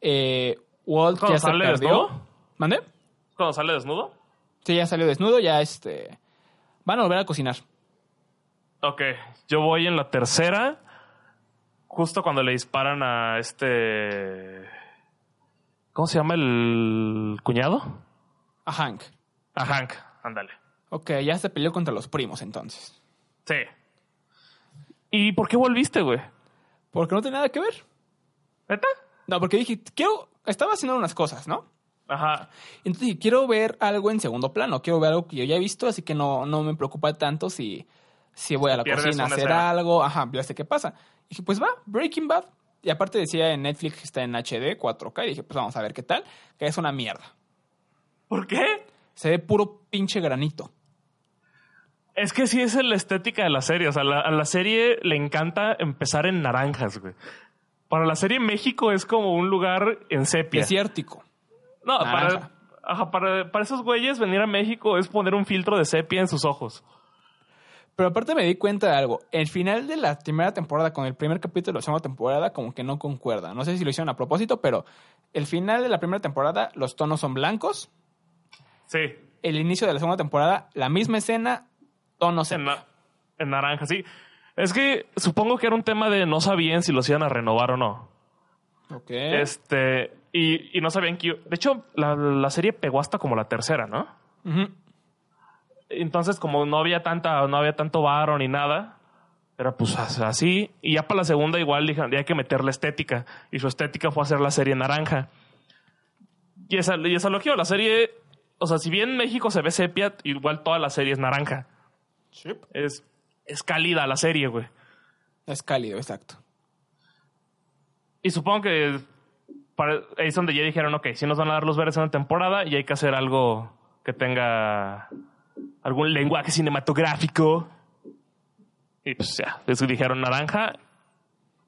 Eh, Walt
¿Cuándo
ya se
sale
perdió.
desnudo?
¿Mande?
¿Cuándo sale desnudo?
Sí, ya salió desnudo, ya este. Van a volver a cocinar.
Ok, yo voy en la tercera, justo cuando le disparan a este... ¿Cómo se llama el cuñado?
A Hank.
A Hank, ándale.
Ok, ya se peleó contra los primos entonces.
Sí. ¿Y por qué volviste, güey?
Porque no tiene nada que ver.
¿Neta?
No, porque dije, quiero. Estaba haciendo unas cosas, ¿no?
Ajá.
Entonces, dije, quiero ver algo en segundo plano, quiero ver algo que yo ya he visto, así que no, no me preocupa tanto si, si voy a la
Pierdes
cocina a
una
hacer
escena.
algo. Ajá, ya sé qué pasa. Y dije, pues va, Breaking Bad. Y aparte decía en Netflix que está en HD, 4K, y dije, pues vamos a ver qué tal, que es una mierda.
¿Por qué?
Se ve puro pinche granito.
Es que sí es la estética de la serie. O sea, la- a la serie le encanta empezar en naranjas, güey. Para la serie México es como un lugar en sepia.
Desértico.
No,
Naranja.
para, ajá, para, para esos güeyes venir a México es poner un filtro de sepia en sus ojos.
Pero aparte me di cuenta de algo. El final de la primera temporada con el primer capítulo de la segunda temporada como que no concuerda. No sé si lo hicieron a propósito, pero el final de la primera temporada los tonos son blancos.
Sí,
El inicio de la segunda temporada, la misma escena, tonos
en,
sepia.
na- en naranja, sí. Es que supongo que era un tema de no sabían si los iban a renovar o no.
Ok.
Este, y, y no sabían que... De hecho, la, la serie pegó hasta como la tercera, ¿no?
Ujú.
Entonces, como no había tanta, no había tanto varo ni nada, era pues as- así. Y ya para la segunda igual dijeron, "Ya hay que meter la estética. Y su estética fue hacer la serie naranja. Y esa, y esa lo quiero. La serie, o sea, si bien México se ve sepia, igual toda la serie es naranja. Es, es cálida la serie, güey.
Es cálido, exacto.
Y supongo que para, ahí es donde ya dijeron, ok, si nos van a dar los verdes en una temporada y hay que hacer algo que tenga algún lenguaje cinematográfico. Y pues ya, les dijeron naranja,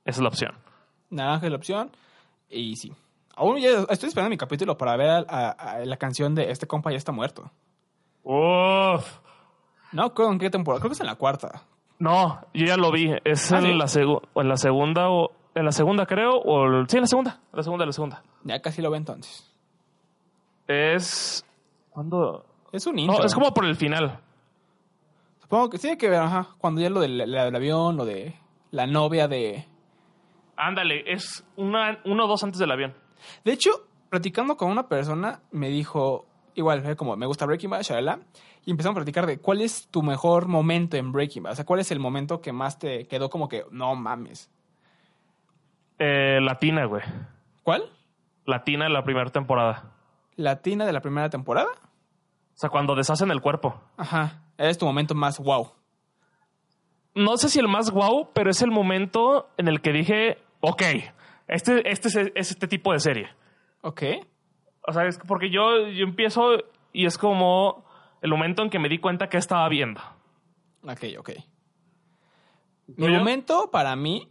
esa es la opción.
Naranja es la opción. Y sí. Aún ya estoy esperando mi capítulo para ver a- a- a la canción de Este compa ya está muerto.
Uf.
No, creo en qué temporada. Creo que es en la cuarta.
No, yo ya lo vi, es
Ah,
en,
¿sí?
la segu- en la segunda, o en la segunda creo, o el- sí, en la segunda, la segunda, la segunda.
Ya casi lo ve entonces.
Es... ¿Cuándo?
Es un intro.
No, es como por el final.
Supongo que sí, que ver, ajá. Cuando ya lo del, la- del avión, lo de la novia de.
Ándale, es una, uno o dos antes del avión.
De hecho, platicando con una persona, me dijo. Igual, fue como me gusta Breaking Bad, shalala, y empezamos a platicar de cuál es tu mejor momento en Breaking Bad. O sea, cuál es el momento que más te quedó como que no mames.
Eh, latina, güey.
¿Cuál?
Latina en la primera temporada.
¿Latina de la primera temporada?
O sea, cuando deshacen el cuerpo.
Ajá. Es tu momento más wow.
No sé si el más guau, pero es el momento en el que dije, ok, este, este es, es este tipo de serie.
Ok.
O sea, es que porque yo, yo empiezo y es como el momento en que me di cuenta que estaba viendo.
Ok, ok. Mi
¿Tuyo?
momento para mí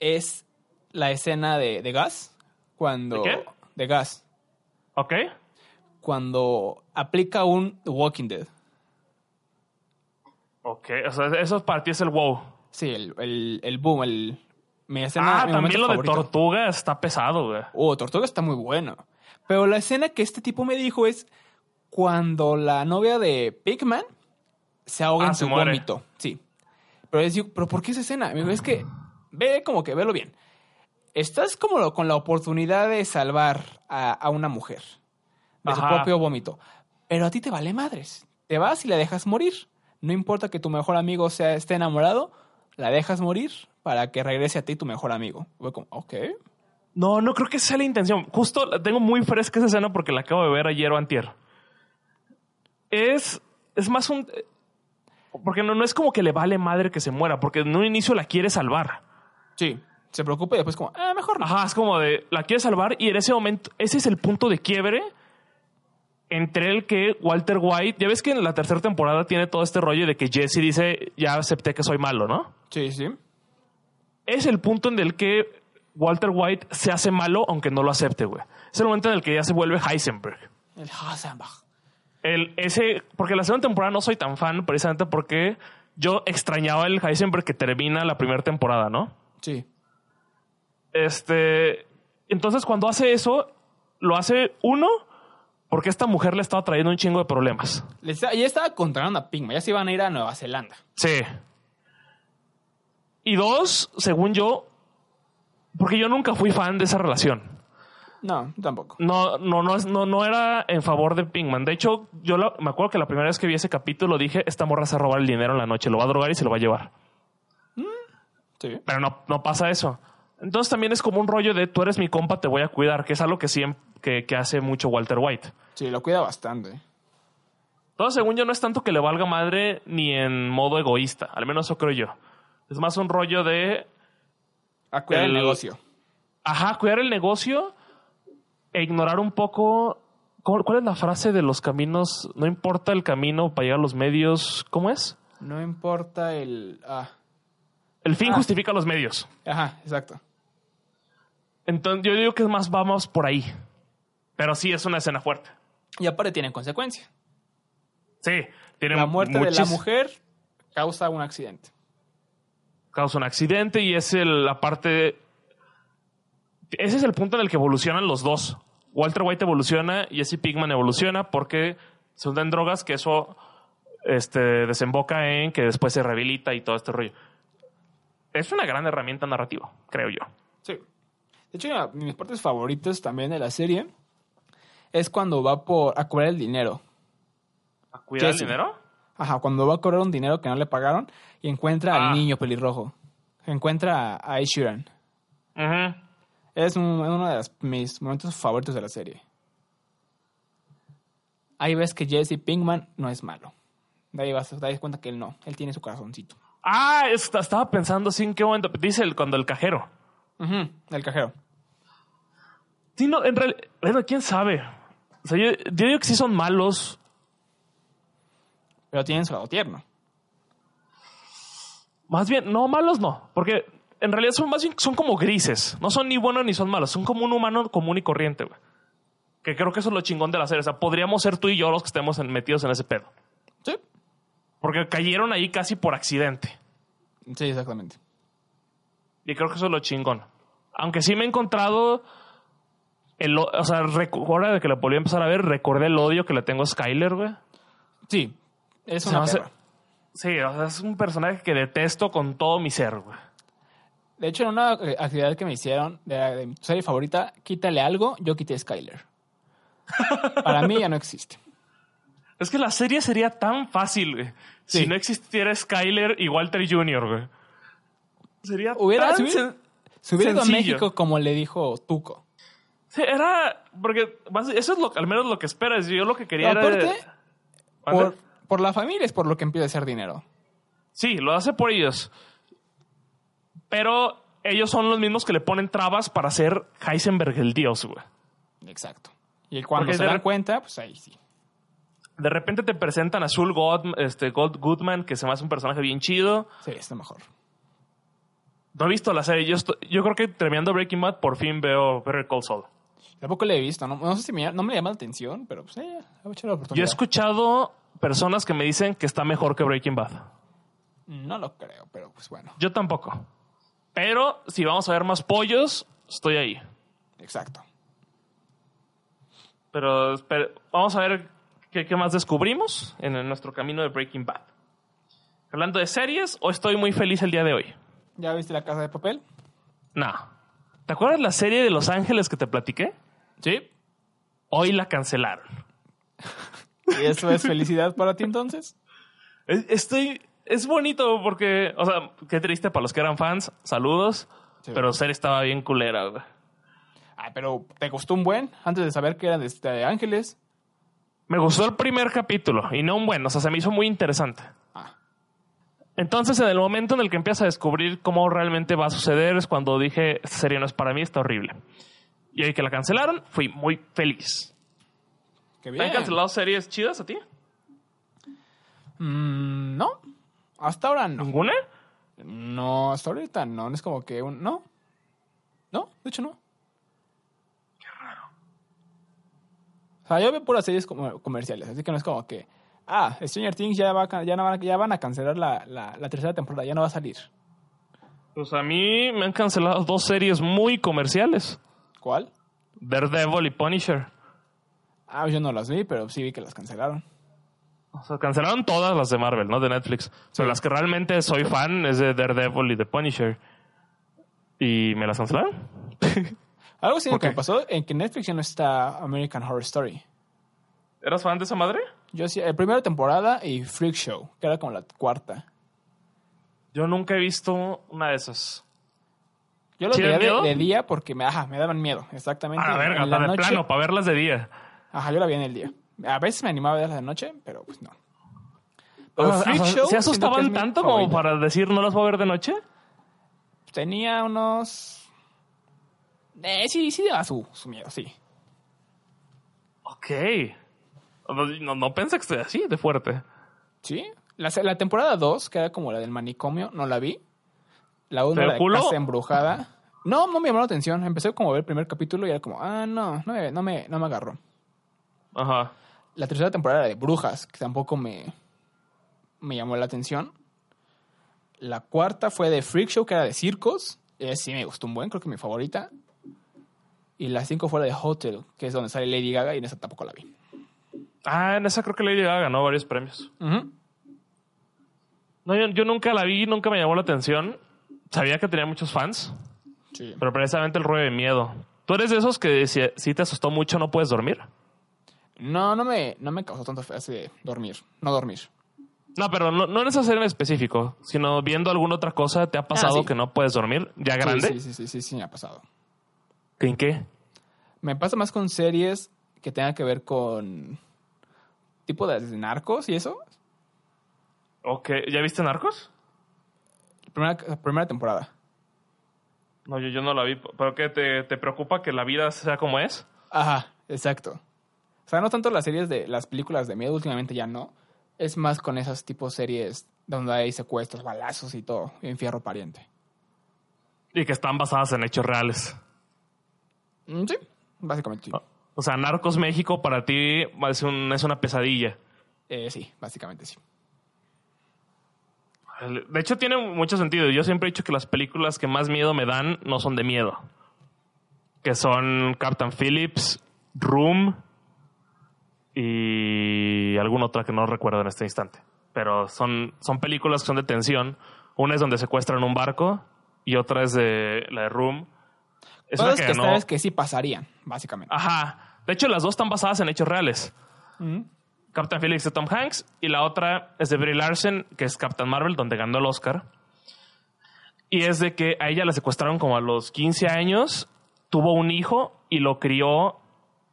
es la escena de, de Gas. Cuando.
¿De qué?
De Gas.
¿Ok?
Cuando aplica un The Walking Dead.
Ok, o sea, eso para ti es el wow.
Sí, el, el, el boom, el. Mi escena.
Ah,
mi momento
también lo
favorito.
de Tortuga está pesado, güey.
Oh, Tortuga está muy bueno. Pero la escena que este tipo me dijo es cuando la novia de Pigman se ahoga
Ah,
en
se
su
muere.
vómito. Sí. Pero yo digo, ¿pero por qué esa escena? Me dijo, es que ve como que velo bien. Estás como lo- con la oportunidad de salvar a, a una mujer de su
Ajá.
propio vómito. Pero a ti te vale madres. Te vas y la dejas morir. No importa que tu mejor amigo sea, esté enamorado, la dejas morir para que regrese a ti tu mejor amigo. Fue como, ok.
No, no creo que sea la intención. Justo la tengo muy fresca esa escena porque la acabo de ver ayer o antier. Es, es más un... Porque no, no es como que le vale madre que se muera, porque en un inicio la quiere salvar.
Sí, se preocupa y después como, ah, mejor no.
Ajá, es como de, la quiere salvar y en ese momento, ese es el punto de quiebre entre el que Walter White, ya ves que en la tercera temporada tiene todo este rollo de que Jesse dice, ya acepté que soy malo, ¿no?
Sí, sí.
es el punto en el que Walter White se hace malo aunque no lo acepte, güey. Es el momento en el que ya se vuelve Heisenberg.
El Hasenbach.
El, ese, porque la segunda temporada no soy tan fan precisamente porque yo extrañaba el Heisenberg que termina la primera temporada, ¿no?
Sí.
Este, entonces cuando hace eso, lo hace uno porque esta mujer le estaba trayendo un chingo de problemas.
Le está- ya estaba contratando a Pigma, ya se iban a ir a Nueva Zelanda.
Sí. Y dos, según yo, porque yo nunca fui fan de esa relación.
No, tampoco.
No, no, no, es- no, no era en favor de Pinkman. De hecho, yo la- me acuerdo que la primera vez que vi ese capítulo dije, esta morra se va a robar el dinero en la noche, lo va a drogar y se lo va a llevar.
Sí.
Pero no, no pasa eso. Entonces también es como un rollo de tú eres mi compa, te voy a cuidar, que es algo que siempre, que, que hace mucho Walter White.
Sí, lo cuida bastante.
Todo según yo no es tanto que le valga madre ni en modo egoísta, al menos eso creo yo. Es más un rollo de,
A cuidar el,
El-
negocio.
ajá, cuidar el negocio e ignorar un poco... ¿Cuál cuál es la frase de los caminos? No importa el camino para llegar a los medios. ¿Cómo es?
No importa el. Ah.
El fin
Ah.
justifica los medios.
Ajá, exacto.
Entonces yo digo que es más vamos por ahí. Pero sí es una escena fuerte.
Y aparte tienen consecuencias.
Sí, tiene
La muerte de la
muchis-
mujer causa un accidente.
causa un accidente y es el- la parte. Ese es el punto en el que evolucionan los dos. Walter White evoluciona y Jesse Pigman evoluciona porque se hundan drogas que eso este, desemboca en que después se rehabilita y todo este rollo. Es una gran herramienta narrativa, creo yo.
Sí. De hecho, una de mis partes favoritas también de la serie es cuando va por a cobrar el dinero.
¿Cuidar el
Jesse.
dinero?
Ajá, cuando va a cobrar un dinero que no le pagaron y encuentra
Ah.
al niño pelirrojo. Encuentra a a Ed Sheeran.
Ujú.
Es un- uno de las- mis momentos favoritos de la serie. Ahí ves que Jesse Pinkman no es malo. De ahí vas, te das cuenta que él no. Él tiene su corazoncito.
Ah, esta- estaba pensando, sí, ¿en qué momento? Dice el, cuando el cajero.
Ujú, el cajero.
Sí, no, en realidad, bueno, quién sabe. O sea, yo, yo digo que sí son malos.
Pero tienen su lado tierno.
Más bien, no, malos no. Porque en realidad son más bien, son como grises. No son ni buenos ni son malos. Son como un humano común y corriente, güey. Que creo que eso es lo chingón de la serie. O sea, podríamos ser tú y yo los que estemos en- metidos en ese pedo.
Sí.
Porque cayeron ahí casi por accidente.
Sí, exactamente.
Y creo que eso es lo chingón. Aunque sí me he encontrado. El, o- o sea, recu- ahora de que la volví a empezar a ver, recordé el odio que le tengo a Skyler, güey.
Sí. Es
Se
una
me hace-
perra.
Sí, o sea, es un personaje que detesto con todo mi ser, güey.
De hecho, en una eh, actividad que me hicieron de, de mi serie favorita, quítale algo, yo quité a Skyler. Para mí ya no existe.
Es que la serie sería tan fácil, güey.
Sí.
Si no existiera Skyler y Walter Jr., güey. Sería
Hubiera-
tan
si hubiera-
sen-
Si hubiera ido a
Sencillo.
México como le dijo Tuco.
Sí, era... Porque vas- eso es lo, al menos lo que esperas. Yo lo que
Pero
quería era...
aparte,
¿Mande?
por, por la familia es por lo que empieza a hacer dinero.
Sí, lo hace por ellos. Pero ellos son los mismos que le ponen trabas para hacer Heisenberg el dios, güey.
Exacto. Y cuando
Porque
se
de
dan
rep-
cuenta, pues ahí sí.
De repente te presentan a Sul God, este, Gold Goodman, que se me hace un personaje bien chido.
Sí, está mejor.
No he visto la serie. Yo, estoy- yo creo que terminando Breaking Bad, por fin veo Better Call Saul.
Tampoco le he visto. No, no sé si me, no me llama la atención, pero pues eh, voy a echar la
Yo he
oportunidad.
escuchado personas que me dicen que está mejor que Breaking Bad.
no lo creo, pero pues bueno.
Yo tampoco. Pero si vamos a ver más pollos, estoy ahí.
Exacto.
Pero, pero vamos a ver qué, qué más descubrimos en, en nuestro camino de Breaking Bad. Hablando de series, o estoy muy feliz el día de hoy.
¿Ya viste la casa de papel?
No. ¿Te acuerdas la serie de Los Ángeles que te platiqué?
Sí.
Hoy la cancelaron.
¿Y eso es felicidad para ti entonces?
Es- Estoy. Es bonito porque. O sea, qué triste para los que eran fans. Saludos.
Sí.
Pero ser estaba bien culera, güey.
Ah, pero te costó un buen antes de saber que era de, este, de Ángeles.
Me gustó el primer capítulo y no un buen, o sea, se me hizo muy interesante.
Ah,
Entonces, en el momento en el que empiezas a descubrir cómo realmente va a suceder, es cuando dije, esta serie no es para mí, está horrible. Y hoy que la cancelaron, fui muy feliz.
qué
¿Te
bien.
han cancelado series chidas a ti?
Mm, no. Hasta ahora no.
¿Ninguna?
No, hasta ahorita no. No es como que un. No. No, de hecho no. Qué raro. O sea, yo veo puras series como- comerciales, así que no es como que. Ah, Stranger Things ya, va a can- ya, no van, a- ya van a cancelar la, la- la tercera temporada, ya no va a salir.
Pues a mí me han cancelado dos series muy comerciales.
¿Cuál?
Daredevil y Punisher.
Ah, yo no las vi, pero sí vi que las cancelaron.
O sea, cancelaron todas las de Marvel, ¿no? De Netflix. Pero las que realmente soy fan es de Daredevil y de Punisher. ¿Y me las cancelaron?
Algo así
¿Por
que
qué?
me pasó en que Netflix ya no está American Horror Story.
¿Eras fan de esa madre?
Yo sí, la primera temporada y Freak Show, que era como la cuarta.
Yo nunca he visto una de esas.
Yo los
¿Sí
veía
dan
de,
miedo?
de día porque me, ajá, me daban miedo, exactamente.
A la verga,
en la
para de
noche,
plano, para verlas de día.
Ajá, yo la vi en el día. A veces me animaba a verlas de noche, pero pues no.
O
Pero
sea,
Freak
o
Show
sea, ¿Se
siento que es
asustaban
mi
tanto como
favorita.
para decir no las voy a ver de noche?
Tenía unos... Eh, sí, sí daba su, su miedo, sí.
Ok. No, no pensé que estoy así de fuerte.
¿Sí? La, se- la temporada 2, que era como la del manicomio, no la vi. La 1
¿Pero
la de
culo?
casa embrujada. No, no me llamó la atención. Empecé como a ver el primer capítulo y era como, ah, no, no me, no me, no me agarró.
Ajá.
La tercera temporada era de brujas, que tampoco me, me llamó la atención. La cuarta fue de Freak Show, que era de circos. Eh, sí me gustó un buen, creo que mi favorita. Y la cinco fue la de Hotel, que es donde sale Lady Gaga, y en esa tampoco la vi.
Ah, en esa creo que Lady Gaga ganó varios premios.
Ujú.
No, yo, yo nunca la vi, nunca me llamó la atención. Sabía que tenía muchos fans,
Sí.
pero precisamente el ruido de miedo. ¿Tú eres de esos que si, si te asustó mucho no puedes dormir?
No, no me, no me causó tanto fe- así de dormir, no dormir.
No, pero no, no en esa serie en específico, sino viendo alguna otra cosa, ¿te ha pasado
Ah, sí.
que no puedes dormir? ¿Ya
Sí,
grande?
Sí, sí, sí, sí, sí, me ha pasado.
¿En qué?
Me pasa más con series que tengan que ver con tipo de de narcos y eso.
Ok, ¿Ya viste Narcos?
La primera, la primera temporada.
No, yo, yo no la vi. ¿Pero qué? Te, ¿Te preocupa que la vida sea como es?
Ajá, exacto. O sea, no tanto las series de las películas de miedo, últimamente ya no. Es más con esos tipos series donde hay secuestros, balazos y todo, en fierro pariente.
Y que están basadas en hechos reales.
Mm, Sí, básicamente sí.
O sea, Narcos México para ti es, un- es una pesadilla.
Eh, sí, básicamente sí.
De hecho, tiene mucho sentido. Yo siempre he dicho que las películas que más miedo me dan no son de miedo. Que son Captain Phillips, Room y alguna otra que no recuerdo en este instante. Pero son, son películas que son de tensión. Una es donde secuestran un barco y otra es de la de Room. Es una
Todas
que
que
ganó-
sabes que sí pasarían, básicamente.
Ajá. De hecho, las dos están basadas en hechos reales.
Mm.
Captain Felix de Tom Hanks y la otra es de Brie Larson, que es Captain Marvel, donde ganó el Oscar. Y es de que a ella la secuestraron como a los 15 años, tuvo un hijo y lo crió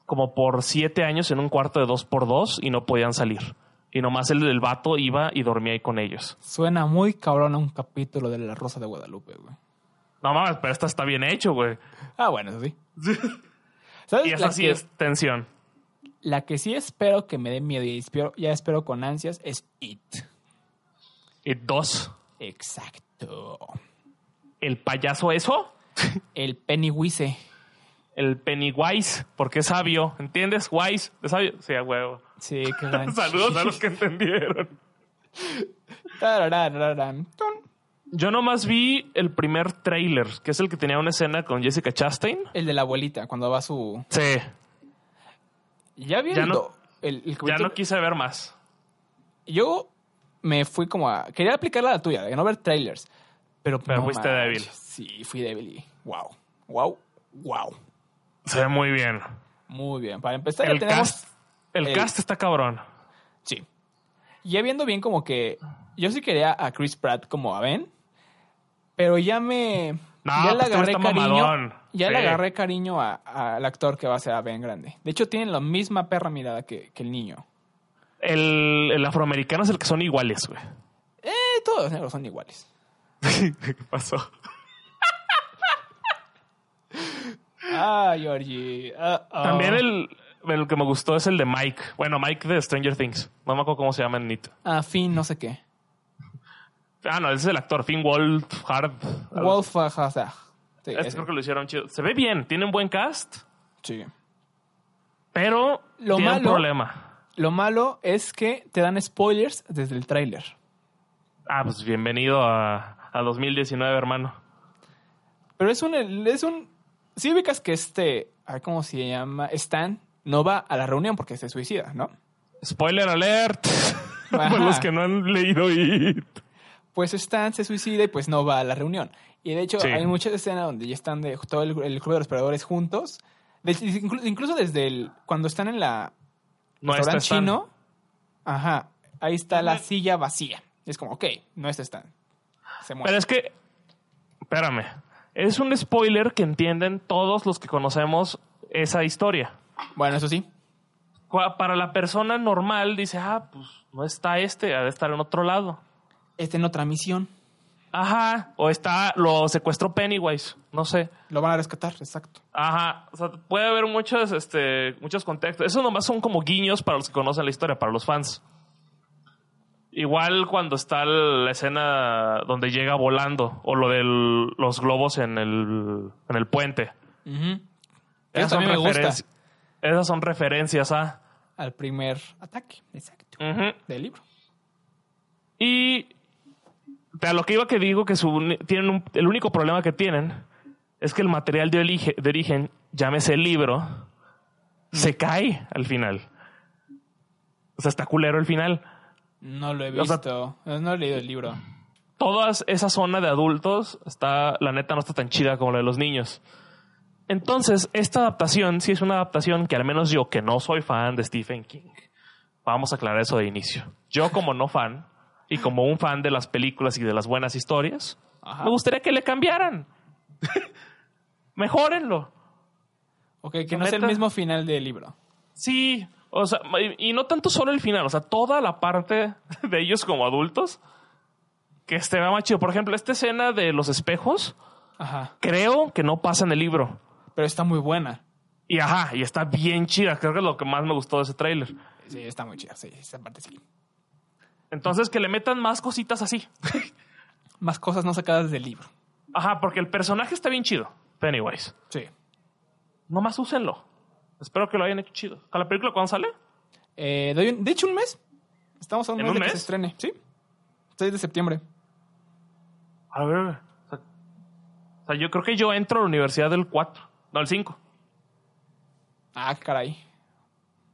como por 7 años en un cuarto de 2 por 2 y no podían salir. Y nomás el, el vato iba y dormía ahí con ellos.
Suena muy cabrón a un capítulo de La Rosa de Guadalupe, güey.
No mames, pero esta está bien hecho, güey.
Ah, bueno, eso sí. ¿Sabes?
Y esa
la,
sí
que,
es tensión.
la que sí espero que me dé miedo y espero- ya espero con ansias es It.
Y dos,
Exacto.
el payaso eso,
El Pennywise.
el Pennywise, porque es sabio, ¿entiendes? Wise, es sabio. Sí, a huevo.
Sí, qué gran-
Saludos a los que entendieron.
Tarararararán, tun.
Yo nomás vi el primer trailer, que es el que tenía una escena con Jessica Chastain.
El de la abuelita, cuando va su...
Sí.
Ya vi
Ya
el
no-
do- el- el
Ya
capítulo-
no quise ver más.
Yo me fui como a... Quería aplicar la tuya, de no ver trailers. Pero,
Pero
no
fuiste débil.
Sí, fui débil y... Wow, wow, wow.
Se ve muy bien.
Muy bien. Para empezar,
El
ya tenemos...
cast, el
el-
cast está cabrón.
Sí. Ya viendo bien como que yo sí quería a Chris Pratt como a Ben, pero ya me...
No,
ya
pues, este güey está mamadón.
Ya le
Sí.
agarré cariño a- al actor que va a ser a Ben Grande. De hecho, tienen la misma perra mirada que, que el niño.
El, el afroamericano es el que son iguales, güey.
Eh, todos los negros son iguales.
¿Qué pasó?
Ah, Georgie. ah, ah.
También el, el que me gustó es el de Mike. Bueno, Mike de Stranger Things. No me acuerdo cómo se llama en Nito.
Ah, Finn, no sé qué.
Ah, no, ese es el actor. Finn Wolfhard.
Wolf Hazard. Sí,
Este
ese.
creo que lo hicieron chido. Se ve bien, tiene un buen cast,
Sí.
pero
Lo
tiene
malo-
un problema.
Lo malo es que te dan spoilers desde el tráiler.
Ah, pues bienvenido a, a 2019, hermano.
Pero es un. Es un sí ubicas que este. A ver cómo se llama. Stan no va a la reunión porque se suicida, ¿no?
Spoiler alert.
Ajá.
Para los que no han leído It.
Pues Stan se suicida y pues no va a la reunión. Y de hecho,
Sí.
hay muchas escenas donde ya están de todo el, el club de los perdedores juntos. De- inclu- incluso desde el. Cuando están en la
No está
restaurante
Stan.
chino. Ajá. Ahí está la silla vacía. Es como, ok, no está Stan. Se muere.
Pero es que, espérame, Es un spoiler que entienden todos los que conocemos esa historia.
Bueno, eso sí.
Cua- Para la persona normal dice, ah, pues no está este, ha de estar en otro lado.
Está en otra misión.
Ajá, o está, lo secuestró Pennywise, no sé.
Lo van a rescatar, exacto.
Ajá, o sea, puede haber muchos, este, muchos contextos. Eso nomás son como guiños para los que conocen la historia, para los fans. Igual cuando está el- la escena donde llega volando, o lo de los globos en el, en el puente.
Ujú. Eso también me gusta.
referenci- Esas son referencias ¿ah? a.
Al primer ataque, exacto,
Ujú.
del libro.
Y a lo que iba que digo que su uni- tienen un- el único problema que tienen es que el material de, olige- de origen, llámese el libro, se cae al final. O sea, está culero el final.
No lo he
O sea-
visto. eh, no he leído el libro.
Toda esa zona de adultos está, la neta, no está tan chida como la de los niños. Entonces, esta adaptación sí es una adaptación que al menos yo, que no soy fan de Stephen King, vamos a aclarar eso de inicio. Yo como no fan y como un fan de las películas y de las buenas historias,
Ajá.
Me gustaría que le cambiaran. Mejórenlo.
Ok, que no es el
¿Neta?
mismo final del libro.
Sí. O sea, y y no tanto solo el final, o sea, toda la parte de ellos como adultos que esté más chido. Por ejemplo, esta escena de los espejos,
Ajá.
creo que no pasa en el libro.
Pero está muy buena.
Y ajá, y está bien chida. Creo que es lo que más me gustó de ese tráiler.
Sí, está muy chida. Sí, esa parte sí.
Entonces, que le metan más cositas así.
Más cosas no sacadas del libro.
Ajá, porque el personaje está bien chido. Pennywise.
Sí.
Nomás úsenlo. Espero que lo hayan hecho chido. ¿A la película cuándo sale?
Eh, doy un- de hecho, un mes. Estamos a un
¿En
mes de
un
que se
mes?
estrene. Sí. 6 de septiembre.
A ver. O sea, o sea, yo creo que yo entro a la universidad del 4, no, el 5.
Ah, caray.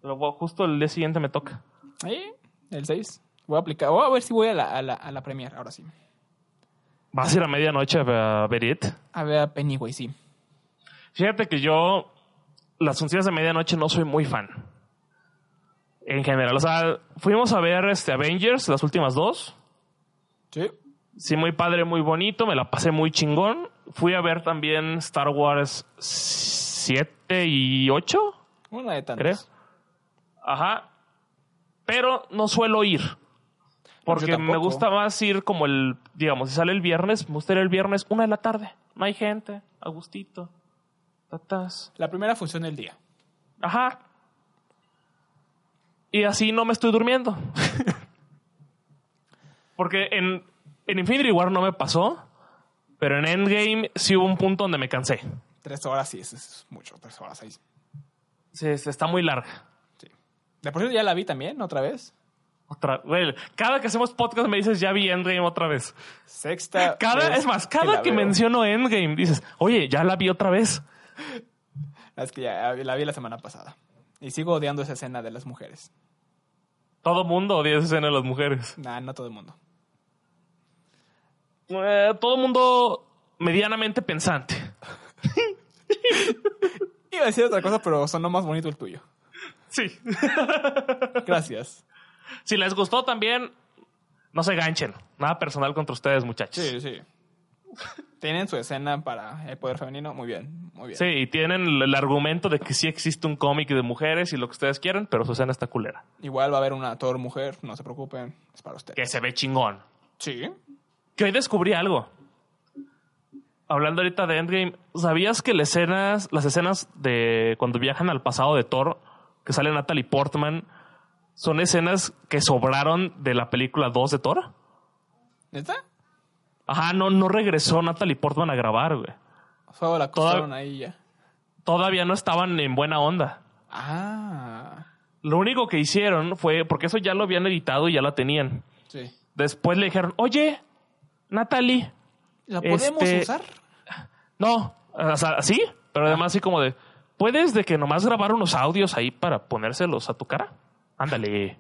Pero bueno, justo el día siguiente me toca.
Eh, el 6. Voy a aplicar. Voy a ver si voy a la, a la, a la premier ahora sí.
¿Vas a ir a medianoche a ver It?
A ver a Pennywise, sí.
Fíjate que yo las funciones de medianoche no soy muy fan. En general, o sea, fuimos a ver este Avengers, las últimas dos.
Sí.
Sí, muy padre, muy bonito, me la pasé muy chingón. Fui a ver también Star Wars 7 y 8.
Una de tantas.
creo. Ajá. Pero no suelo ir. Porque me
tampoco.
gusta más ir como el, digamos, si sale el viernes, me gusta ir el viernes una de la tarde. No hay gente, a gustito. Tatas.
La primera función del día.
Ajá. Y así no me estoy durmiendo. Porque en, en Infinity War no me pasó, pero en Endgame sí hubo un punto donde me cansé.
Tres horas, sí, eso es mucho. Tres horas, seis.
Se, se está muy larga.
Sí. De por cierto, ya la vi también, otra vez.
Otra, güey, cada que hacemos podcast me dices, ya vi Endgame otra vez.
Sexta.
Cada,
vez
es más,
la
cada que,
veo.
menciono Endgame dices, oye, ya la vi otra vez.
Es que ya la vi la semana pasada. Y sigo odiando esa escena de las mujeres.
Todo mundo odia esa escena de las mujeres.
Nah, no todo el mundo.
Eh, todo mundo medianamente pensante.
Iba a decir otra cosa, pero sonó más bonito el tuyo.
Sí.
Gracias.
si les gustó también, no se ganchen. Nada personal contra ustedes, muchachos. Sí,
Sí, sí. Tienen su escena para el poder femenino. Muy bien, muy bien.
y tienen el, el argumento de que sí existe un cómic de mujeres y lo que ustedes quieran, pero su escena está culera.
Igual va a haber una Thor mujer, no se preocupen. Es para
Que
ustedes.
se ve chingón.
Sí.
Que hoy descubrí algo. Hablando ahorita de Endgame, ¿sabías que las escenas, las escenas de cuando viajan al pasado de Thor, que sale Natalie Portman, son escenas que sobraron de la película 2 de Thor?
¿Neta?
Ajá, no, no regresó Natalie Portman a grabar, güey.
Solo la
Toda-
cortaron ahí y ya.
Todavía no estaban en buena onda.
Ah.
Lo único que hicieron fue, porque eso ya lo habían editado y ya la tenían.
Sí.
Después le dijeron, oye, Natalie,
¿La podemos
Este-
usar?
No, o sea, sí, pero además así como de, ¿puedes de que nomás grabar unos audios ahí para ponérselos a tu cara? Ándale.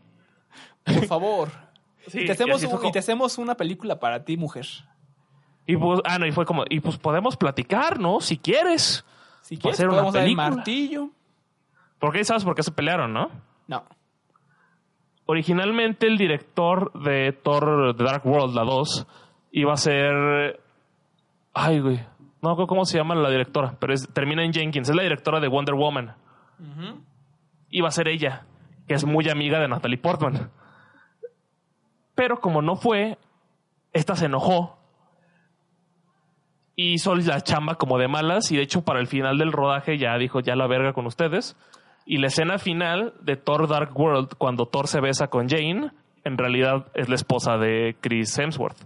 Por favor.
Sí,
y, te hacemos
así fue
un-
como-
y te hacemos una película para ti, mujer.
y pues, ah, no, y fue como, y pues podemos platicar, ¿no? Si quieres.
Si
Para
quieres,
hacer una
podemos dar el
película.
martillo.
Porque sabes por qué se pelearon, ¿no?
No.
Originalmente el director de Thor The Dark World, la 2, iba a ser... Ay, güey. No me acuerdo cómo se llama la directora, pero es, termina en Jenkins. Es la directora de Wonder Woman. Y va a ser ella, que es muy amiga de Natalie Portman. Pero como no fue, esta se enojó. Y hizo la chamba como de malas. Y de hecho, para el final del rodaje ya dijo, ya la verga con ustedes. Y la escena final de Thor Dark World, cuando Thor se besa con Jane, en realidad es la esposa de Chris Hemsworth.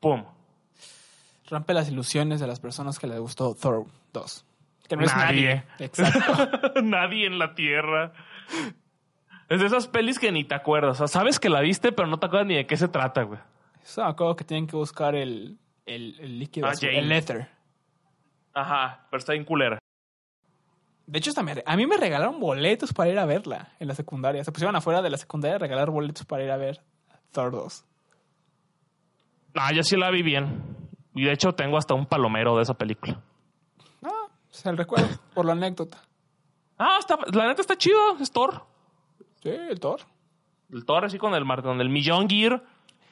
Pum.
Rompe las ilusiones de las personas que le gustó Thor 2. Que no es
Nadie.
nadie. Exacto.
Nadie en la tierra. Es de esas pelis que ni te acuerdas. O sea, sabes que la viste, pero no te acuerdas ni de qué se trata, güey.
Eso me acuerdo que tienen que buscar el, el, el líquido,
Ah,
azul,
Jane.
el éter.
Ajá, pero está bien culera.
De hecho, hasta me- a mí me regalaron boletos para ir a verla en la secundaria. Se pusieron afuera de la secundaria a regalar boletos para ir a ver Thor 2.
No, yo sí la vi bien. Y de hecho tengo hasta un palomero de esa película.
Ah, se el recuerdo, por la anécdota.
Ah, está, la neta está chido, es Thor.
Sí, el Thor.
El Thor así con el, mar- con el millón gear,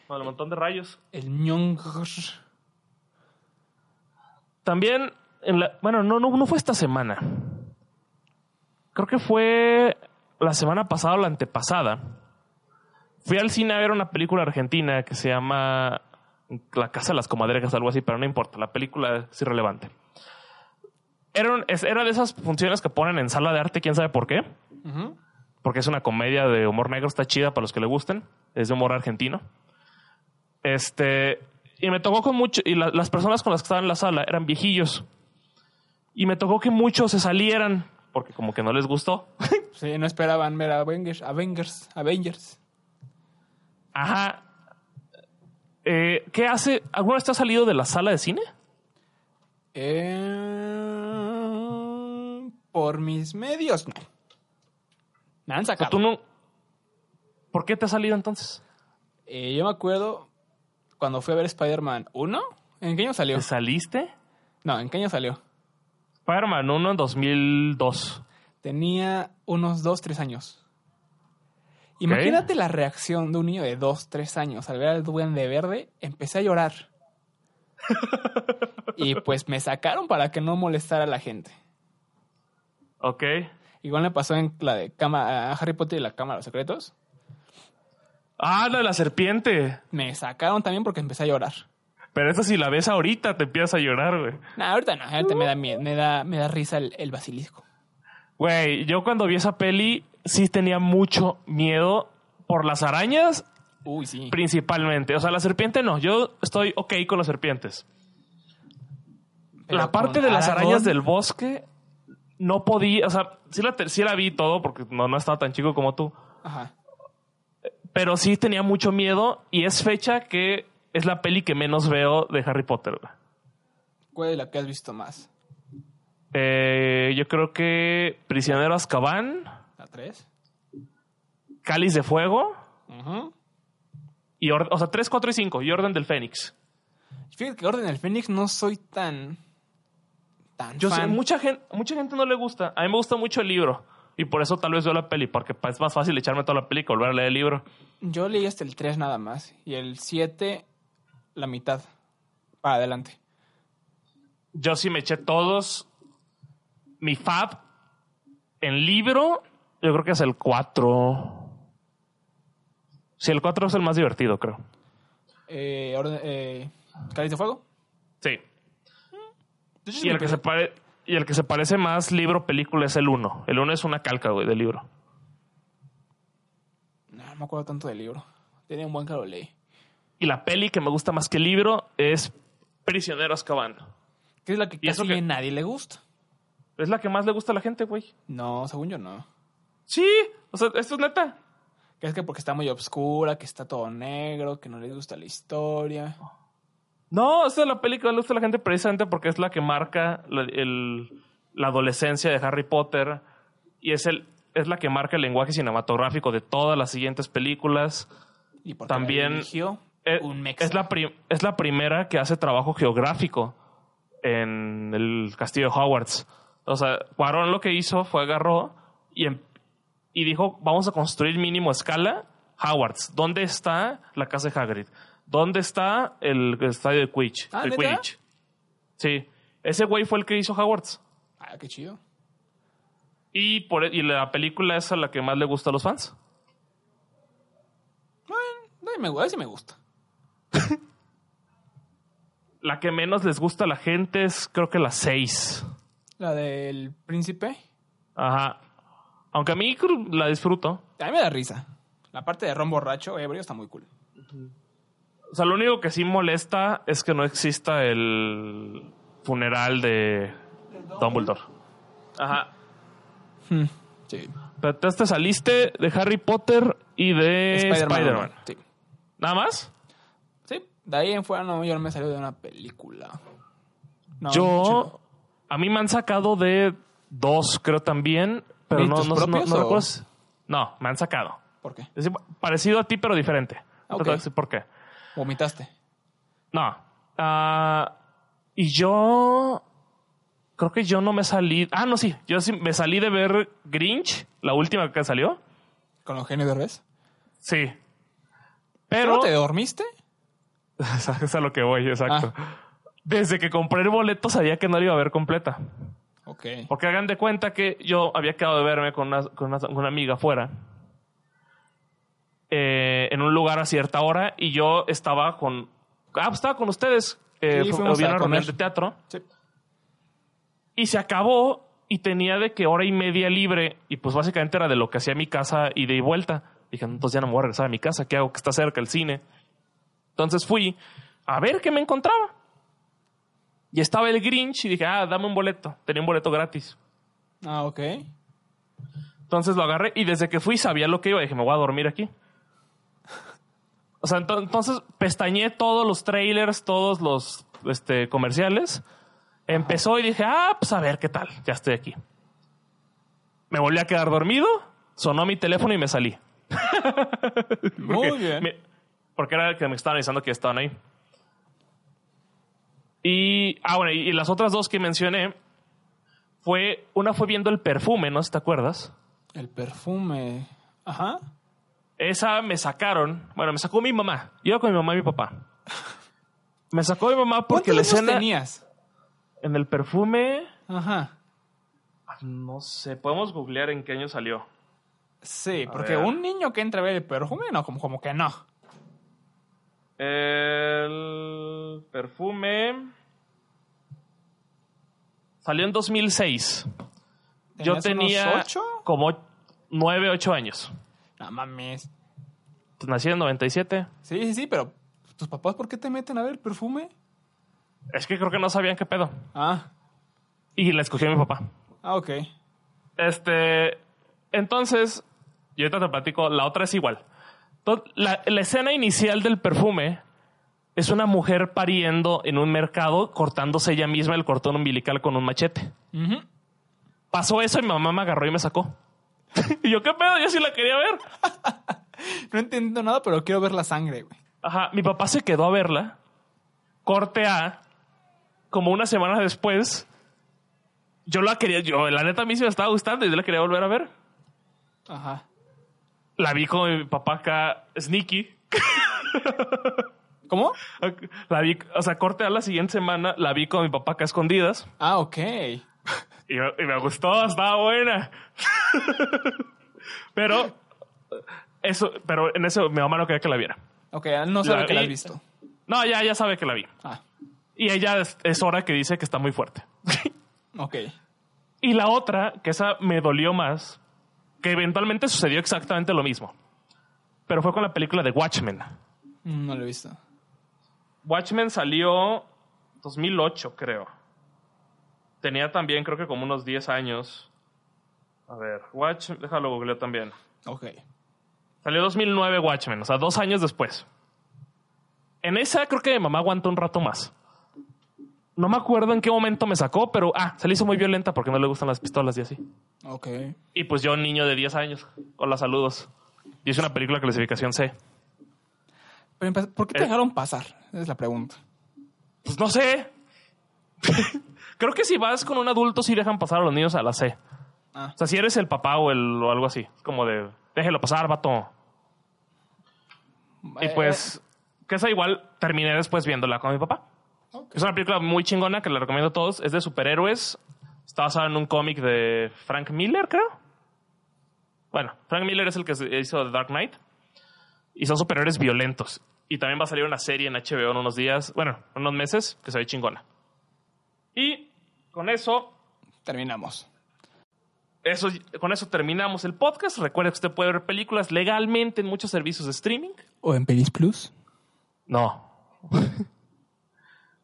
con el montón de rayos.
El ñong.
También, en la, bueno, no, no, no fue esta semana. Creo que fue la semana pasada o la antepasada. Fui al cine a ver una película argentina que se llama La Casa de las Comadrejas, algo así, pero no importa, la película es irrelevante. Era, un- es- era de esas funciones que ponen en sala de arte, quién sabe por qué,
Ujú.
porque es una comedia de humor negro, está chida para los que le gusten, es de humor argentino. Este, y me tocó con mucho, y la- las personas con las que estaban en la sala eran viejillos. Y me tocó que muchos se salieran, porque como que no les gustó.
Sí, no esperaban ver a Avengers, Avengers, Avengers.
Ajá. Eh, ¿Qué hace? ¿Alguna vez te has salido de la sala de cine?
Eh, por mis medios, no. Me han sacado.
Tú no. ¿Por qué te has salido entonces?
Eh, yo me acuerdo cuando fui a ver Spider-Man 1. ¿En qué año salió?
¿Te saliste?
No, ¿en qué año salió?
Spider-Man 1 en 2002.
Tenía unos 2, 3 años. Imagínate la reacción de un niño de 2, 3 años al ver al duende verde. Empecé a llorar. y pues me sacaron para que no molestara a la gente.
Ok.
Igual me pasó en la de cama, a Harry Potter y la Cámara de los Secretos.
Ah, la de la serpiente.
Me sacaron también porque empecé a llorar.
Pero esa si la ves ahorita te empiezas a llorar, güey.
Nah, ahorita no, ahorita me da miedo, me da, me da risa el, el basilisco.
Güey, yo cuando vi esa peli sí tenía mucho miedo por las arañas
Uy, sí.
principalmente. O sea, la serpiente no. Yo estoy ok con las serpientes.
Pero
la parte
con
de las
Aragorn,
arañas del bosque no podía, o sea, sí la, te- sí la vi todo porque no, no estaba tan chico como tú,
Ajá.
pero sí tenía mucho miedo y es fecha que es la peli que menos veo de Harry Potter. güey.
¿Cuál es la que has visto más?
Eh, yo creo que Prisionero Azkaban,
¿La 3?
Cáliz de Fuego
Ajá.
y Or- o sea, 3, 4 y 5 y Orden del Fénix.
Fíjate que Orden del Fénix no soy tan. tan
Yo sé,
fan.
mucha gente, mucha gente no le gusta. A mí me gusta mucho el libro y por eso tal vez veo la peli, porque pa- es más fácil echarme toda la peli que volver a leer el libro.
Yo leí hasta el 3 nada más. Y el 7, la mitad. Para adelante.
Yo sí me eché todos. Mi fab en libro, yo creo que es el 4. Sí, el 4 es el más divertido, creo.
Eh, orden, eh, ¿Cáliz de Fuego?
Sí.
De hecho,
Y el que se, pare- y el que se parece más libro-película es el 1. El 1 es una calca, güey, del libro.
No, no me acuerdo tanto del libro. Tenía un buen que lo leí.
Y la peli que me gusta más que el libro es Prisionero Azkaban.
Que es la que
¿Y eso
casi
qué?
nadie le gusta.
Es la que más le gusta a la gente, güey.
No, según yo no.
Sí, o sea, esto es neta.
Que es que porque está muy obscura, que está todo negro, que no les gusta la historia.
No, esa es la peli que más le gusta a la gente precisamente porque es la que marca la, el- la adolescencia de Harry Potter y es, el, es la que marca el lenguaje cinematográfico de todas las siguientes películas.
Y porque la
También,
dirigió
Eh,
un mexa.
es, la pri- es la primera que hace trabajo geográfico en el castillo de Hogwarts. O sea, Cuarón lo que hizo fue agarró y, em- y dijo, vamos a construir mínimo escala Hogwarts. ¿Dónde está la casa de Hagrid? ¿Dónde está el estadio de Quidditch?
Ah,
el
¿neta?
Quidditch. Sí. Ese güey fue el que hizo Hogwarts.
Ah, qué chido.
Y, por, e-, y la película es a la que más le gusta a los fans.
Bueno, a mí me- a ver si me gusta.
La que menos les gusta a la gente es creo que la 6.
La del príncipe.
Ajá. Aunque a mí creo- la disfruto.
A mí me da risa. La parte de Ron borracho, ebrio, está muy cool.
O sea, lo único que sí molesta es que no exista el funeral de Dumbledore. Ajá.
Hmm, Sí.
Pero te te saliste de Harry Potter y de Spider-Man.
Sí.
¿Nada más?
Sí. De ahí en fuera no, yo no me salí de una película. No,
Yo.
chido.
A mí me han sacado de dos, creo también. Pero
¿Y
no,
tus
no, no, no,
propios o-
recuerdo si- No, me han sacado.
¿Por qué?
Es decir, parecido a ti, pero diferente. No te
Ok.
voy a decir por qué.
Vomitaste.
No. Ah, y yo. Creo que yo no me salí. Ah, no, sí. Yo sí me salí de ver Grinch, la última que salió.
¿Con los genios de revés?
Sí.
¿Pero
Pero.
te dormiste?
es a lo que voy, exacto.
Ah.
Desde que compré el boleto sabía que no la iba a ver completa.
Ok.
Porque hagan de cuenta que yo había quedado de verme con una, con una, con una amiga afuera. eh, en un lugar a cierta hora. Y yo estaba con. Ah, pues estaba con ustedes. Eh,
Sí,
fu-
fuimos
había
a
una reunión
comer.
de teatro.
Sí.
Y se acabó y tenía de que hora y media libre. Y pues básicamente era de lo que hacía mi casa ida y de vuelta. Dije, "No, entonces ya no me voy a regresar a mi casa. ¿Qué hago? Que está cerca el cine. Entonces fui a ver qué me encontraba. Y estaba el Grinch y dije, ah, dame un boleto. Tenía un boleto gratis.
Ah, ok.
Entonces lo agarré y desde que fui sabía lo que iba. Dije, me voy a dormir aquí. O sea, ento- entonces pestañé todos los trailers, todos los este, comerciales. Empezó y dije, ah, pues a ver qué tal. Ya estoy aquí. Me volví a quedar dormido, sonó mi teléfono y me salí.
Muy bien.
Me- porque era el que me estaban avisando que estaban ahí. Y, ah, bueno, y, y las otras dos que mencioné fue, una fue viendo el perfume, ¿no? sé si ¿Te acuerdas?
El perfume. Ajá.
Esa me sacaron. Bueno, me sacó mi mamá. Yo iba con mi mamá y mi papá. Me sacó mi mamá porque
¿Cuántos años
la escena
tenías?
en el perfume.
Ajá.
Ah, No sé, podemos googlear en qué año salió.
Sí,
A
porque
ver.
un niño que entra a ver el perfume, no, como, como que no.
El perfume salió en 2006. Yo
¿Tenías
tenía
unos ocho?
como 9, 8 años.
No mames.
Nací en 97.
Sí, sí, sí, pero tus papás, ¿por qué te meten a ver el perfume?
Es que creo que no sabían qué pedo.
Ah,
Y la escogió mi papá.
ah, ok.
Este. Entonces, yo ahorita te platico, la otra es igual. To- La, la escena inicial del perfume es una mujer pariendo en un mercado, cortándose ella misma el cortón umbilical con un machete.
Ujú.
Pasó eso y mi mamá me agarró y me sacó. y yo, ¿qué pedo? Yo sí la quería ver.
No entiendo nada, pero quiero ver la sangre, güey.
Ajá, mi papá se quedó a verla. Corte A. Como una semana después, yo la quería, yo, la neta a mí sí me estaba gustando y yo la quería volver a ver.
Ajá.
La vi con mi papá acá, sneaky.
¿Cómo?
La vi, o sea, corte a la siguiente semana, la vi con mi papá acá a escondidas
Ah, ok.
y, me- y me gustó, estaba buena. pero eso, pero en eso mi mamá no quería que la viera.
Ok, ah, no sabe
La
que la has
vi.
visto.
No, ya, ya sabe que la vi.
Ah,
Y ella es, es hora que dice que está muy fuerte.
ok.
y la otra, que esa me dolió más, que eventualmente sucedió exactamente lo mismo. Pero fue con la película de Watchmen.
Mm, No lo he visto.
Watchmen salió 2008, creo. Tenía también, creo que como unos 10 años. A ver, Watchmen, déjalo googleo también.
Ok.
Salió 2009 Watchmen, o sea, dos años después. En esa creo que mi mamá aguantó un rato más. No me acuerdo en qué momento me sacó, pero ah, se le hizo muy violenta porque no le gustan las pistolas y así.
Ok.
Y pues yo, niño de 10 años, hola, saludos. Y es una película clasificación C.
Pero, empe- ¿por qué te
Eh.
dejaron pasar? Esa es la pregunta.
Pues no sé. Creo que si vas con un adulto, sí dejan pasar a los niños a la C.
Ah.
O sea, si eres el papá o, el, o algo así. Es como de, déjelo pasar, vato. Y
Eh,
pues, Que esa igual terminé después viéndola con mi papá.
Ok.
Es una película muy chingona que la recomiendo a todos. Es de superhéroes. Está basada en un cómic de Frank Miller, creo. Bueno, Frank Miller es el que hizo The Dark Knight. Y son superhéroes violentos. Y también va a salir una serie en HBO en unos días, bueno, unos meses, que se ve chingona. Y con eso
Terminamos.
eso, con eso terminamos el podcast. Recuerda que usted puede ver películas legalmente en muchos servicios de streaming.
¿O en Pelis Plus?
No.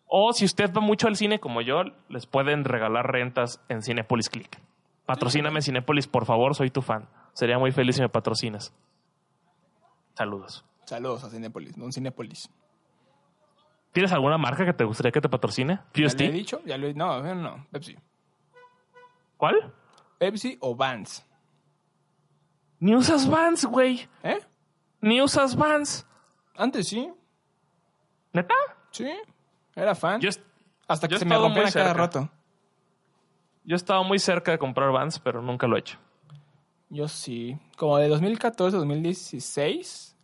o si usted va mucho al cine como yo, les pueden regalar rentas en Cinepolis Click. Patrocíname Cinepolis, por favor, soy tu fan. Sería muy feliz si me patrocinas. Saludos.
Saludos a Cinepolis, don Cinepolis.
¿Tienes alguna marca que te gustaría que te patrocine?
¿Ya le he
¿PST?
dicho? Ya lo he- No, no, no. Pepsi.
¿Cuál?
Pepsi o Vans.
Ni usas Vans, güey.
¿Eh?
Ni usas Vans.
Antes sí.
¿Neta?
Sí. Era fan.
Yo, est-
Hasta que
yo he
se me
estado
rompían
muy
a cada
cerca.
rato.
yo he estado muy cerca de comprar Vans, pero nunca lo he hecho.
Yo sí. Como de 2014 2016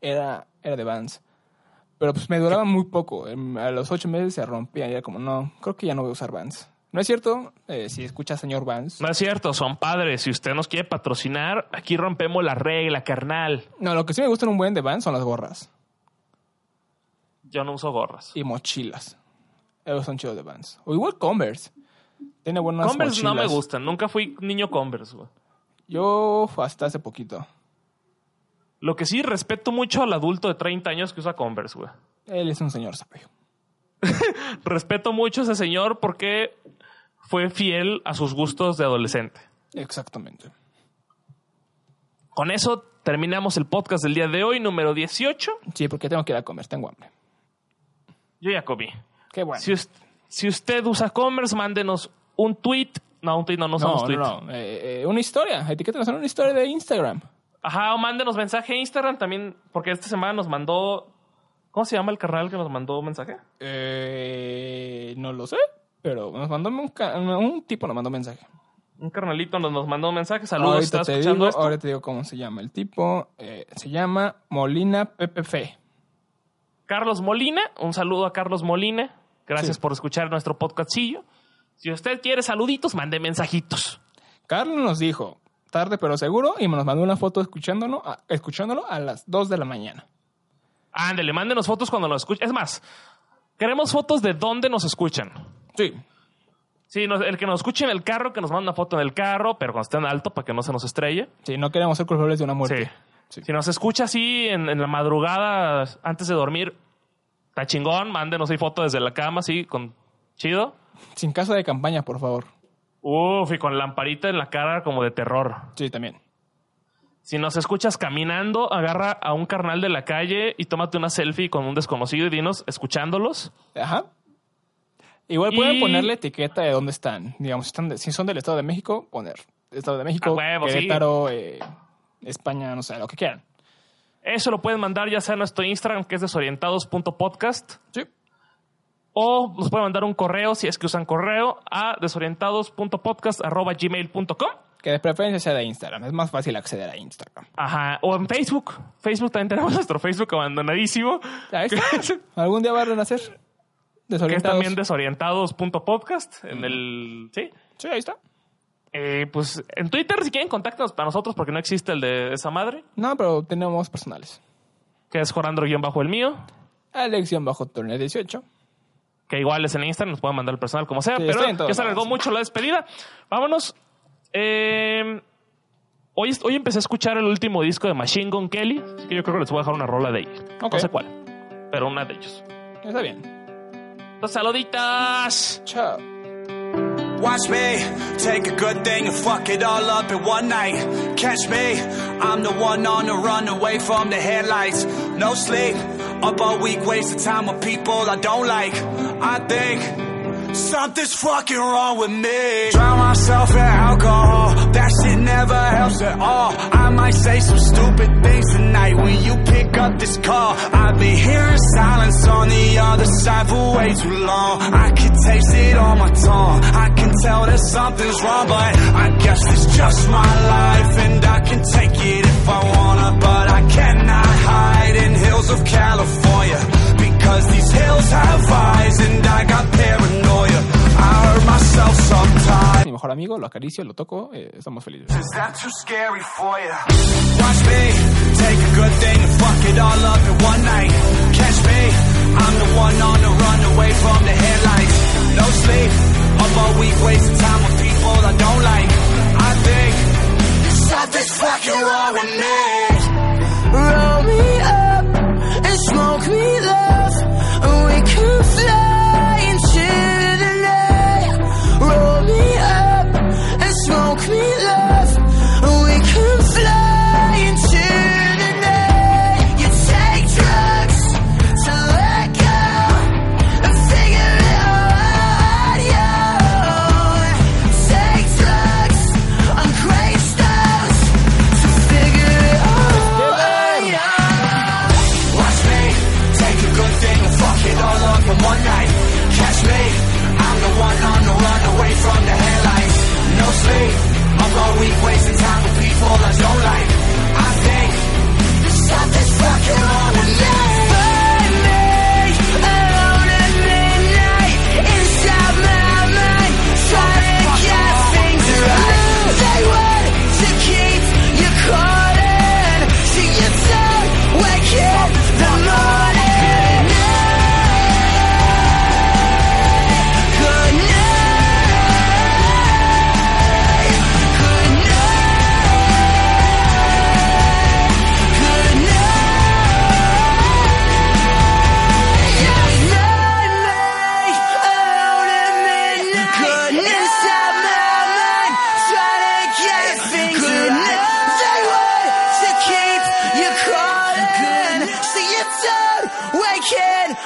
era, era de Vans. Pero pues me duraba muy poco. Em, A los ocho meses se rompía. Y era como, no, creo que ya no voy a usar Vans. ¿No es cierto? Eh, si escucha señor Vans.
No es cierto, son padres. Si usted nos quiere patrocinar, aquí rompemos la regla, carnal.
No, lo que sí me gustan un buen de Vans son las gorras
Yo no uso gorras.
y mochilas. Esos son chidos de Vans. O igual Converse. Tiene buenas
Converse no me
mochilas.
gustan. Nunca fui niño Converse, güey.
Yo fue hasta hace poquito.
Lo que sí respeto mucho al adulto de 30 años que usa Converse, güey.
Él es un señor sabio.
Respeto mucho a ese señor porque fue fiel a sus gustos de adolescente.
Exactamente.
Con eso terminamos el podcast del día de hoy, número 18.
Sí, porque tengo que ir a comer. Tengo hambre.
Yo ya comí.
Qué bueno.
Si, us- si usted usa Converse, mándenos un tweet. No, un tweet no, no
No,
usamos
no,
tweet.
no. Eh, eh, una historia. Etiquétanos en una historia de Instagram.
Ajá, o mándenos mensaje a Instagram también, porque esta semana nos mandó. ¿Cómo se llama el carnal que nos mandó mensaje?
Eh, no lo sé, pero nos mandó un, ca- un tipo, nos mandó mensaje.
Un carnalito nos, nos mandó un mensaje. Saludos,
ahorita
¿estás
te
escuchando
digo,
esto?
ahora te digo cómo se llama el tipo. Eh, se llama Molina PPF.
Carlos Molina, un saludo a Carlos Molina. Gracias
Sí.
por escuchar nuestro podcastillo. Si usted quiere saluditos, mande mensajitos.
Carlos nos dijo, tarde pero seguro, y nos mandó una foto escuchándolo a, escuchándolo a las 2 de la mañana.
Ándele, mándenos fotos cuando nos escuchen. Es más, queremos fotos de dónde nos escuchan.
Sí.
Sí, nos- el que nos escuche en el carro, que nos mande una foto en el carro, pero cuando esté en alto para que no se nos estrelle.
Sí, no queremos ser culpables de una muerte. Sí.
Si nos escucha así en, en la madrugada antes de dormir, está chingón, mándenos ahí foto desde la cama, así, con chido.
Sin casa de campaña, por favor.
Uf, y con lamparita en la cara como de terror.
Sí, también.
Si nos escuchas caminando, agarra a un carnal de la calle y tómate una selfie con un desconocido y dinos escuchándolos.
Ajá. Igual pueden
Y-
ponerle etiqueta de dónde están. Digamos, si están de- si son del Estado de México, poner Estado de México,
A huevo, sí.
Querétaro, eh, España, no sé, lo que quieran.
Eso lo pueden mandar ya sea a nuestro Instagram, que es desorientados.podcast,
Sí.
o nos pueden mandar un correo, si es que usan correo, a desorientados.podcast.gmail.com.
Que de preferencia sea de Instagram. Es más fácil acceder a Instagram.
Ajá, o en Facebook. Facebook también tenemos nuestro Facebook abandonadísimo.
Ahí está. Algún día va a renacer.
Que es
Desorientados.
también desorientados.podcast en el... Sí.
Sí, ahí está.
Eh, pues en Twitter, si quieren, contáctanos para nosotros porque no existe el de esa madre,
No, pero tenemos personales.
que es jorandro-bajo el mío.
Alexion bajo torneo 18.
que igual es en Instagram, nos pueden mandar el personal como sea,
Sí,
pero
está en todos
ya se alargó
lados.
mucho la despedida. Vámonos. Eh, hoy, hoy empecé a escuchar el último disco de Machine Gun Kelly, así que yo creo que les voy a dejar una rola de ahí. No
Ok.
sé cuál, pero una de ellos.
Está bien.
Los saluditas.
Chao.
Watch me take a good thing and fuck it all up in one night. Catch me, I'm the one on the run away from the headlights. No sleep, up all week, wasting time with people I don't like. I think something's fucking wrong with me. Drown myself in alcohol, that shit never helps at all. I might say some stupid things tonight when you pick up this call. I've been hearing silence on the other side for way too long. I can taste it on my tongue. I can tell that something's wrong, but I guess it's just my life, and I can take it if I wanna, but I cannot hide in hills of of California. Because these hills have eyes and I got paranoia. I hurt myself sometimes.
Mi mejor amigo, lo acaricio, lo toco, eh, estamos felices.
Is that too scary for you? Watch me take a good thing and fuck it all up in one night. Catch me, I'm the one on the run away from the headlights. No sleep, up all week wasting time with people I don't like. I think something's fucking wrong with me.
Roll me up and smoke me love, and we can fly into the night. Roll me up and smoke me love, and we can fly into the night. You take drugs to let go and figure it out. Yeah, take drugs on gravestones to figure it out.
Watch me, take a good thing and fuck it all up in one night. Catch me, I'm the one on the run away from the headlights. No sleep, I'm all week wasting time with people I don't like. I think something's fucking wrong with me.
Find me alone at midnight inside my mind, trying to get things right. They want to keep you caught in, so you don't wake in the morning. Good night, good night, good night.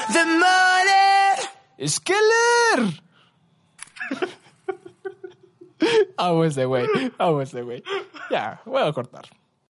The morning
¡Skeller! Amo ese güey, amo ese güey. Ya, voy a cortar.